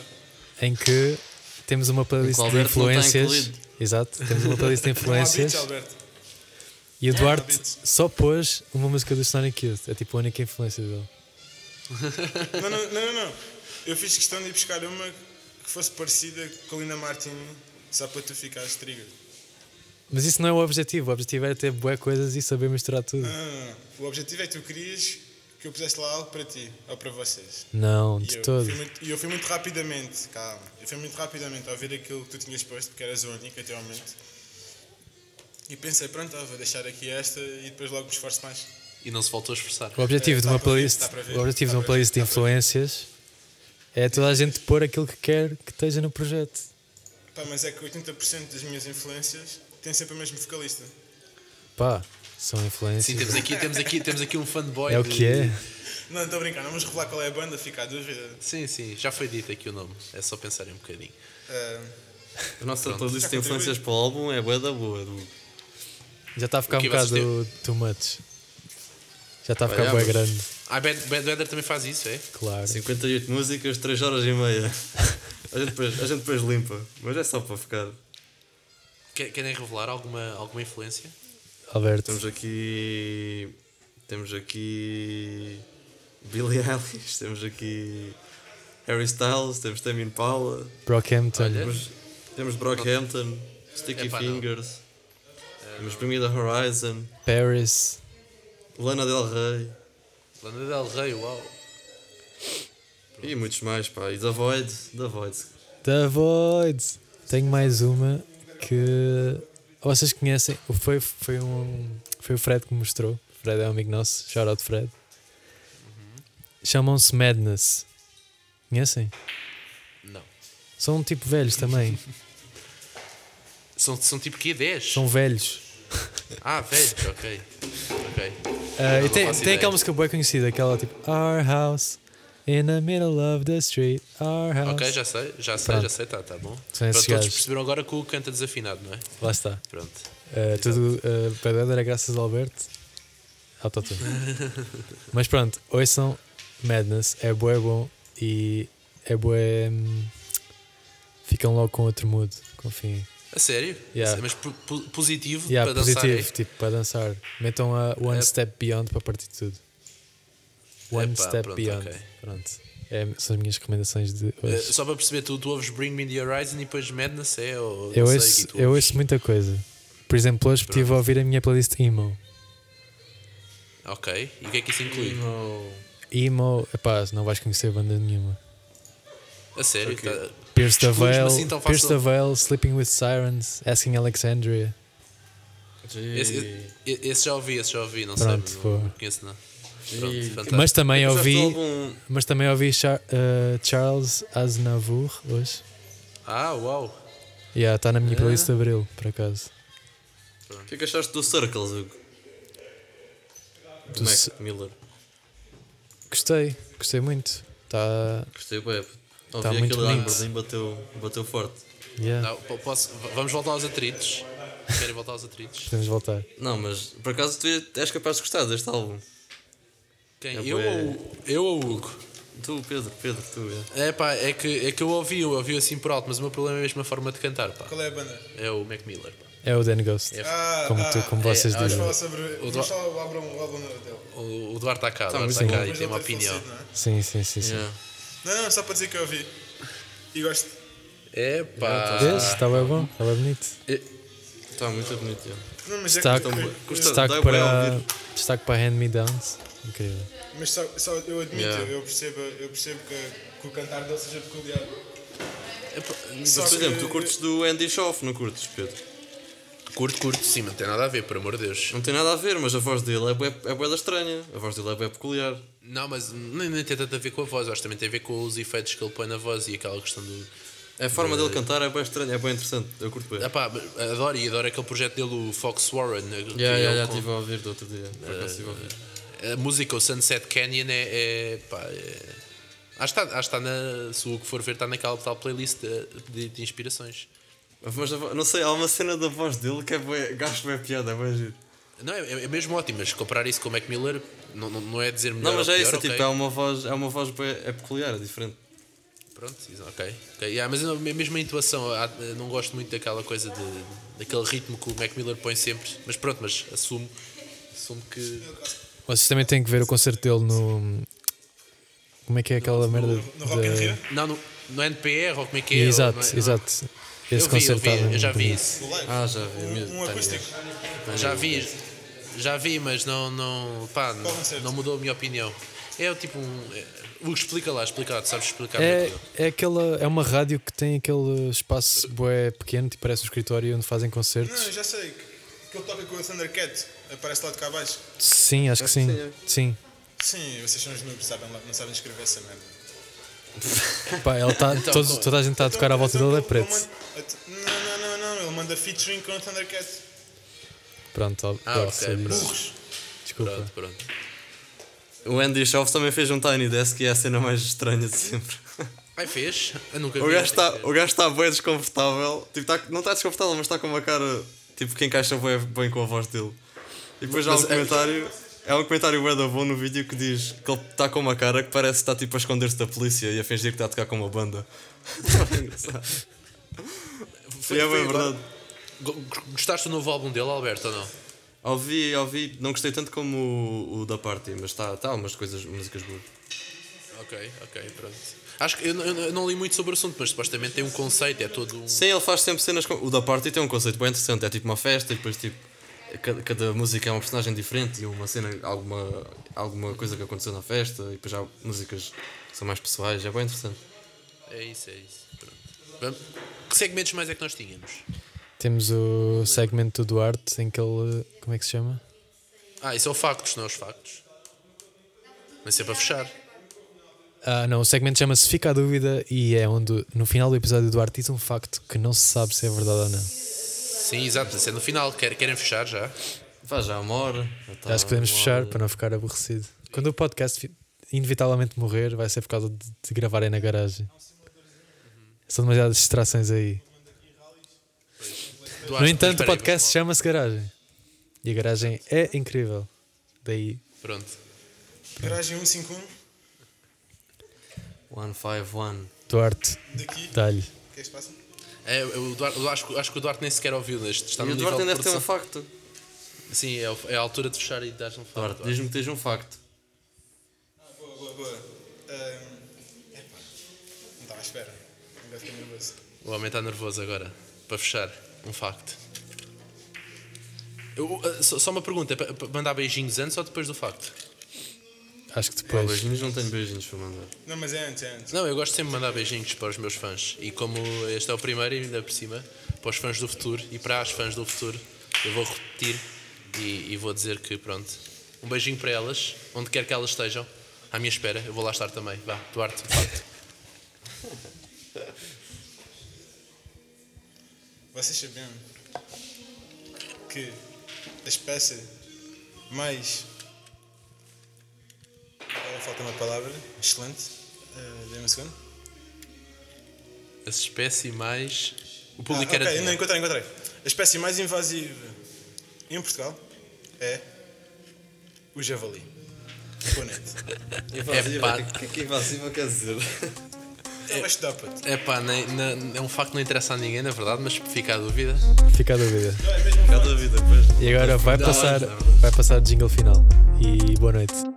Speaker 3: em que temos uma playlist
Speaker 1: O
Speaker 3: de
Speaker 1: Alberto não está
Speaker 3: influências.
Speaker 1: incluído.
Speaker 3: Exato, temos uma playlist de
Speaker 4: Não há beats,
Speaker 3: influências
Speaker 4: Alberto.
Speaker 3: e o Duarte
Speaker 4: beats.
Speaker 3: só pôs uma música do Sonic Youth. É tipo a única influência dele.
Speaker 4: Não, não, não, não, não. Eu fiz questão de ir buscar uma que fosse parecida com a Linda Martini, só para tu ficares trigger.
Speaker 3: Mas isso não é o objetivo, o objetivo era ter boas coisas e saber misturar tudo.
Speaker 4: Não, não, não. O objetivo é que tu querias que eu pusesse lá algo para ti, ou para vocês.
Speaker 3: Não,
Speaker 4: E
Speaker 3: de
Speaker 4: eu,
Speaker 3: todo.
Speaker 4: fui muito, e eu fui muito rapidamente, calma, eu fui muito rapidamente a ouvir aquilo que tu tinhas posto, porque eras o único até ao momento. E pensei, pronto, ah, vou deixar aqui esta e depois logo me esforço mais.
Speaker 2: E não se voltou a esforçar.
Speaker 3: O objetivo
Speaker 4: É,
Speaker 3: de
Speaker 4: dá
Speaker 3: uma
Speaker 4: para ver,
Speaker 3: playlist,
Speaker 4: dá para ver,
Speaker 3: o objetivo
Speaker 4: dá
Speaker 3: de uma
Speaker 4: para
Speaker 3: playlist
Speaker 4: ver,
Speaker 3: de
Speaker 4: dá para ver.
Speaker 3: influências é toda a gente pôr aquilo que quer que esteja no projeto.
Speaker 4: Pá, mas é que 80% das minhas influências têm sempre o mesmo vocalista.
Speaker 3: Pá, são
Speaker 2: Sim,
Speaker 3: influências.
Speaker 2: temos aqui, temos aqui, temos aqui um fanboy.
Speaker 3: É o
Speaker 2: de-
Speaker 3: que é.
Speaker 4: Não, estou a brincar, não vamos revelar qual é a banda, fica a dúvida.
Speaker 2: Sim, sim, já foi dito aqui o nome. É só pensarem um bocadinho.
Speaker 4: Ah,
Speaker 1: A nossa playlist de influências para o álbum é bué da boa. Du.
Speaker 3: Já está a ficar
Speaker 2: O
Speaker 3: um
Speaker 2: que
Speaker 3: bocado
Speaker 2: vocês
Speaker 3: too much. Já está a ficar
Speaker 1: Olha,
Speaker 3: bem
Speaker 1: mas-
Speaker 3: grande,
Speaker 2: Ah, Bad, Bad Weather também faz isso, é?
Speaker 3: claro.
Speaker 1: 58 músicas, 3 horas e meia. A gente, depois, a gente depois limpa, mas é só para ficar.
Speaker 2: Que- Querem revelar alguma, alguma influência?
Speaker 3: Alberto,
Speaker 1: Temos aqui. Temos aqui. Billie Eilish, temos aqui. Harry Styles, temos Tame Impala,
Speaker 3: Brockhampton.
Speaker 2: Olha.
Speaker 1: temos, temos Brockhampton, Sticky
Speaker 2: Epá, não. É,
Speaker 1: Fingers, temos Bring Me The Horizon,
Speaker 3: Paris,
Speaker 1: Lana Del Rey
Speaker 2: Lana Del Rey, uau.
Speaker 1: e muitos mais, pá. E The Void, The Void.
Speaker 3: The Void. Tenho mais uma que vocês conhecem. Foi, foi, um, foi o Fred que me mostrou. Fred é um amigo nosso. Shout out Fred. Chamam-se Madness. Conhecem?
Speaker 2: Não.
Speaker 3: São um tipo velhos também.
Speaker 2: São, são tipo quê? 10?
Speaker 3: São velhos.
Speaker 2: Ah, velhos, ok. Ok.
Speaker 3: Ah,
Speaker 2: Não
Speaker 3: e tem,
Speaker 2: faço
Speaker 3: tem
Speaker 2: ideia.
Speaker 3: aquela música bem conhecida, aquela tipo Our House in the middle of the street. Our House.
Speaker 2: Ok, já sei, já sei,
Speaker 3: Pronto.
Speaker 2: já sei, tá, tá bom.
Speaker 3: São
Speaker 2: Pronto,
Speaker 3: esses
Speaker 2: todos
Speaker 3: gajos.
Speaker 2: perceberam agora que o canta desafinado, não é?
Speaker 3: Lá está.
Speaker 2: Pronto.
Speaker 3: Uh, tudo uh, para dar era graças ao Alberto. Autotune. Mas pronto, ouçam Madness, é bué bom e é bué. hum, ficam logo com outro mood, confiem.
Speaker 2: A sério?
Speaker 3: Yeah.
Speaker 2: Mas po- po- positivo
Speaker 3: Yeah,
Speaker 2: para
Speaker 3: positivo,
Speaker 2: dançar.
Speaker 3: tipo, para dançar. Metam a One
Speaker 2: É.
Speaker 3: Step Beyond para partir tudo. One
Speaker 2: Epá,
Speaker 3: Step
Speaker 2: pronto,
Speaker 3: Beyond.
Speaker 2: ok.
Speaker 3: Pronto. É, são as minhas recomendações de
Speaker 2: é? Eh,
Speaker 3: hoje.
Speaker 2: só para perceber, tu, tu ouves Bring Me The Horizon e depois Madness é? Ou,
Speaker 3: eu,
Speaker 2: não sei,
Speaker 3: ouço,
Speaker 2: que tu
Speaker 3: eu
Speaker 2: ouves?
Speaker 3: ouço muita coisa. Por exemplo, hoje estive a ouvir a minha playlist Emo.
Speaker 2: Ok, e o que é que isso inclui?
Speaker 3: Emo, epá, não vais conhecer banda nenhuma.
Speaker 2: A sério?
Speaker 1: Ok.
Speaker 2: tá-
Speaker 3: Pierce the
Speaker 2: Excludes-me
Speaker 3: Veil,
Speaker 2: assim tão
Speaker 3: Pierce the
Speaker 2: fácil?
Speaker 3: Veil, Sleeping with Sirens, Asking Alexandria.
Speaker 2: Esse, esse- esse já ouvi, esse já ouvi, não
Speaker 3: Pronto,
Speaker 2: sei,
Speaker 3: pô.
Speaker 2: não, não conheço não. Pronto, fantástico.
Speaker 3: Mas também
Speaker 1: Eu
Speaker 3: ouvi,
Speaker 1: Algum...
Speaker 3: mas também ouvi Char- eh, Charles Aznavour hoje.
Speaker 2: Ah, uau!
Speaker 3: Está na minha playlist de abril, por acaso.
Speaker 1: O que é que achaste do Circles, Hugo? Do
Speaker 3: Do Ci-
Speaker 1: Mac Miller.
Speaker 3: Gostei, gostei muito. Tá,
Speaker 1: Gostei, bem. Ouvi
Speaker 3: Tá
Speaker 1: aquele
Speaker 3: muito bonito.
Speaker 1: Aberdeen bateu, bateu forte.
Speaker 3: yeah,
Speaker 2: Não, po- posso- v- vamos voltar aos atritos. Querem voltar aos atritos?
Speaker 3: podemos voltar.
Speaker 1: Não, mas por acaso tu és capaz de gostar deste álbum.
Speaker 2: Quem?
Speaker 1: É
Speaker 2: eu,
Speaker 1: bué.
Speaker 2: ou, eu ou o Hugo?
Speaker 1: Tu, Pedro, Pedro, tu. é.
Speaker 2: É pá, é que, é que eu ouvi, eu ouvi assim por alto, mas o meu problema é mesmo a forma de cantar, pá.
Speaker 4: Qual é a banda?
Speaker 2: É o Mac Miller, pá.
Speaker 3: É o Dan Ghost.
Speaker 2: É.
Speaker 4: Ah,
Speaker 3: Como,
Speaker 4: ah,
Speaker 3: tu, como
Speaker 2: é,
Speaker 3: vocês
Speaker 2: acho
Speaker 4: Vamos
Speaker 3: dizem.
Speaker 4: falar
Speaker 2: Duarte-
Speaker 4: sobre. Vamos falar o álbum, o álbum dele.
Speaker 2: O, o Duarte está cá, o Duarte
Speaker 1: mas
Speaker 2: está
Speaker 1: sim.
Speaker 2: cá e
Speaker 4: Depois
Speaker 2: tem
Speaker 4: dele
Speaker 2: uma
Speaker 4: ter
Speaker 2: opinião.
Speaker 4: falecido, não
Speaker 3: Sim,
Speaker 4: é?
Speaker 3: sim, sim. sim.
Speaker 2: Yeah.
Speaker 4: Não, não, só para dizer que eu ouvi. E gosto.
Speaker 2: É pá.
Speaker 3: Vês? Está bem bom, está bem bonito.
Speaker 1: Está muito bonito. é.
Speaker 4: Não, mas é
Speaker 3: Destaque,
Speaker 4: que-
Speaker 1: bem. Custa- dá
Speaker 3: destaque,
Speaker 1: bué a
Speaker 3: para,
Speaker 1: ouvir.
Speaker 3: destaque para Hand Me Downs. Incrível.
Speaker 4: Mas só, só eu admito,
Speaker 2: Yeah.
Speaker 4: eu percebo, eu percebo que, que o cantar dele seja peculiar.
Speaker 2: É, pá,
Speaker 4: Só
Speaker 1: Mas, por
Speaker 4: que-
Speaker 1: exemplo, tu curtes do Andy Schoff, não curtes, Pedro?
Speaker 2: Curto, curto, sim, mas não tem nada a ver, por amor de Deus.
Speaker 1: Não tem nada a ver, mas a voz dele é bué, é bué da estranha. A voz dele é bué peculiar.
Speaker 2: Não, mas nem, nem tem tanto a ver com a voz, acho que também tem a ver com os efeitos que ele põe na voz e aquela questão do.
Speaker 1: A forma dele cantar é bué estranha, é bué interessante. Eu curto bué.
Speaker 2: Ah pá, adoro e adoro aquele projeto dele, o Fox Warren. né, que
Speaker 1: Já, já,
Speaker 2: ele
Speaker 1: já
Speaker 2: com-
Speaker 1: estive é, a ouvir do outro dia. Por acaso estive a ouvir.
Speaker 2: A música, o Sunset Canyon, é. é, pá, é- acho que está, acho que está na. Se o que for ver, está naquela tal playlist de, de- de inspirações.
Speaker 1: é. Mas a vo- não sei, há uma cena da voz dele que é bué, gasto bué piada, é bué giro.
Speaker 2: Não, é, é mesmo ótimo, mas comparar isso com o Mac Miller não, não, não é dizer melhor.
Speaker 1: Não, mas
Speaker 2: ou
Speaker 1: é
Speaker 2: pior,
Speaker 1: isso, é
Speaker 2: ok.
Speaker 1: tipo, é uma voz, é uma voz bué, é peculiar, é diferente. um
Speaker 2: Pronto, isso, ok. ok. Yeah, mas eu não- mesmo a intuação, há- eu não gosto muito daquela coisa de, daquele ritmo que o Mac Miller põe sempre. Mas pronto, mas assumo, assumo que.
Speaker 3: Vocês também têm que ver o concerto dele no. hum, Como é que é aquela merda?
Speaker 4: No Rock in
Speaker 3: da-
Speaker 4: Rio,
Speaker 2: Não, no, no NPR ou como é que é? ou-
Speaker 3: Exato,
Speaker 2: não é- não é-
Speaker 3: exato. Esse
Speaker 2: Eu vi, eu
Speaker 3: concerto
Speaker 2: vi,
Speaker 3: está bem
Speaker 2: eu já vi
Speaker 3: bonito.
Speaker 2: isso.
Speaker 4: no live,
Speaker 1: Ah, já vi.
Speaker 4: um, um
Speaker 1: mesmo, tá
Speaker 4: acústico.
Speaker 1: ligado.
Speaker 2: Já vi, já vi, mas não, não, pá,
Speaker 4: Qual concerto?
Speaker 2: não mudou a minha opinião. É o tipo um. é- Hugo, explica lá, explica lá, tu sabes explicar melhor que eu.
Speaker 3: É, é, aquela, é uma rádio que tem aquele espaço bué pequeno, tipo parece um escritório onde fazem
Speaker 4: Não, eu
Speaker 3: concertos.
Speaker 4: já sei. que- Que ele toca com o Thundercat, aparece lá de cá abaixo.
Speaker 3: Sim, acho que sim. Sim.
Speaker 4: Sim, vocês são os noobs, sabem lá- não sabem escrever essa merda.
Speaker 3: Pá, ela tá,
Speaker 2: Então,
Speaker 3: todos-
Speaker 2: como-
Speaker 3: toda a gente está a tocar à volta
Speaker 4: Então,
Speaker 3: dele, é
Speaker 4: ele- ele
Speaker 3: preto.
Speaker 4: manda- Não, não, não, não, ele manda featuring com o Thundercat.
Speaker 3: Pronto, ó,
Speaker 2: Ah,
Speaker 3: pode
Speaker 2: ok,
Speaker 3: ser isso.
Speaker 2: pronto.
Speaker 3: Desculpa.
Speaker 2: Pronto, pronto.
Speaker 1: O Andy Schoff também fez um Tiny Desk e é a cena mais estranha de sempre.
Speaker 2: Ai, fez? Eu nunca
Speaker 1: O
Speaker 2: vi.
Speaker 1: gajo está o gajo tá bem desconfortável. Tipo, tá- não está desconfortável, mas está com uma cara tipo, que encaixa bem, bem com a voz dele. E depois há um
Speaker 2: Mas é-
Speaker 1: comentário. É um comentário bué da bom no vídeo que diz que ele está com uma cara que parece que está tipo a esconder-se da polícia e a fingir que está a tocar com uma banda. Engraçado.
Speaker 2: Foi-
Speaker 1: e é
Speaker 2: foi
Speaker 1: bem
Speaker 2: agora.
Speaker 1: verdade.
Speaker 2: Go- Gostaste do novo álbum dele, Alberto, ou não?
Speaker 1: Ouvi, ouvi, não gostei tanto como o, o da Party, mas está tá umas coisas, músicas boas.
Speaker 2: Ok, ok, pronto. Acho que eu, não- eu não- eu não li muito sobre o assunto, mas supostamente tem um conceito, é todo um.
Speaker 1: Sim, ele faz sempre cenas com. O da Party tem um conceito bem interessante. É tipo uma festa e depois tipo. Cada, cada música é uma personagem diferente e uma cena, alguma, alguma coisa que aconteceu na festa e depois há músicas que são mais pessoais, é bem interessante.
Speaker 2: É isso, é isso. Pronto. Vamos- Que segmentos mais é que nós tínhamos?
Speaker 3: Temos o segmento do Duarte em que ele. Como é que se chama?
Speaker 2: Ah, isso é o factos, não é os factos. Mas isso é para fechar.
Speaker 3: Ah, não, o segmento chama-se Fica a Dúvida e é onde, no final do episódio, o Duarte diz um facto que não se sabe se é verdade ou não.
Speaker 2: Sim, exato, isso é no final. Quer- Querem fechar já?
Speaker 1: Faz já uma hora. já tá
Speaker 3: Acho que podemos
Speaker 1: uma
Speaker 3: fechar
Speaker 1: hora.
Speaker 3: para não ficar aborrecido. Quando o podcast fi- inevitavelmente morrer, vai ser por causa de, de gravarem na garagem. Uhum. São demasiadas distrações aí.
Speaker 2: Duarte,
Speaker 3: No
Speaker 2: mas
Speaker 3: entanto, o
Speaker 2: espera aí,
Speaker 3: podcast chama-se Garagem. E a garagem é incrível. Daí,
Speaker 2: Pronto.
Speaker 4: Garagem 151,
Speaker 1: 151.
Speaker 3: Duarte,
Speaker 4: daqui.
Speaker 3: dá-lhe.
Speaker 4: O que é que se passa?
Speaker 2: É, o Duarte, eu acho, que- acho que o Duarte nem sequer ouviu neste. Está
Speaker 1: E
Speaker 2: no
Speaker 1: o Duarte
Speaker 2: nível de
Speaker 1: ainda deve ter um
Speaker 2: produção.
Speaker 1: facto.
Speaker 2: Sim, é, o- é a altura de fechar e dar um falar.
Speaker 1: Duarte, diz-me que tens um facto.
Speaker 4: Boa, boa, boa. Ahm, epá, não estava à espera. Ainda fiquei nervoso.
Speaker 2: O homem está nervoso agora. Para fechar, um facto. Eu, uh, só, só uma pergunta: é para para mandar beijinhos antes ou depois do facto?
Speaker 3: Acho que
Speaker 1: Pá,
Speaker 3: depois.
Speaker 1: beijinhos, não tenho beijinhos para mandar.
Speaker 4: Não, mas é antes, é antes.
Speaker 2: Não, eu gosto sempre de mandar beijinhos para os meus fãs. E como este é o primeiro, ainda por cima, para os fãs do futuro e para as fãs do futuro, eu vou repetir e, e vou dizer que, pronto, um beijinho para elas, onde quer que elas estejam, à minha espera, eu vou lá estar também. Vá, Duarte, facto.
Speaker 4: Vocês sabiam que a espécie mais. Agora falta uma palavra. Excelente. Uh, Dê-me um segundo.
Speaker 2: A espécie mais. O público
Speaker 4: ah,
Speaker 2: era.
Speaker 4: ok,
Speaker 2: de-
Speaker 4: não, encontrei, encontrei. A espécie mais invasiva em Portugal é o javali. Boa noite.
Speaker 2: É Epá.
Speaker 1: Invasiva, que, que invasiva quer dizer?
Speaker 4: Então vais estudar, puto.
Speaker 2: É pá, nem- na- é um facto que não interessa a ninguém, na verdade, mas fica a dúvida.
Speaker 3: Fica a dúvida.
Speaker 4: Não, é mesmo
Speaker 1: É da vida, pois.
Speaker 3: E agora vai
Speaker 2: Dá
Speaker 3: passar,
Speaker 2: lá, dá lá.
Speaker 3: vai passar o jingle final. E boa noite.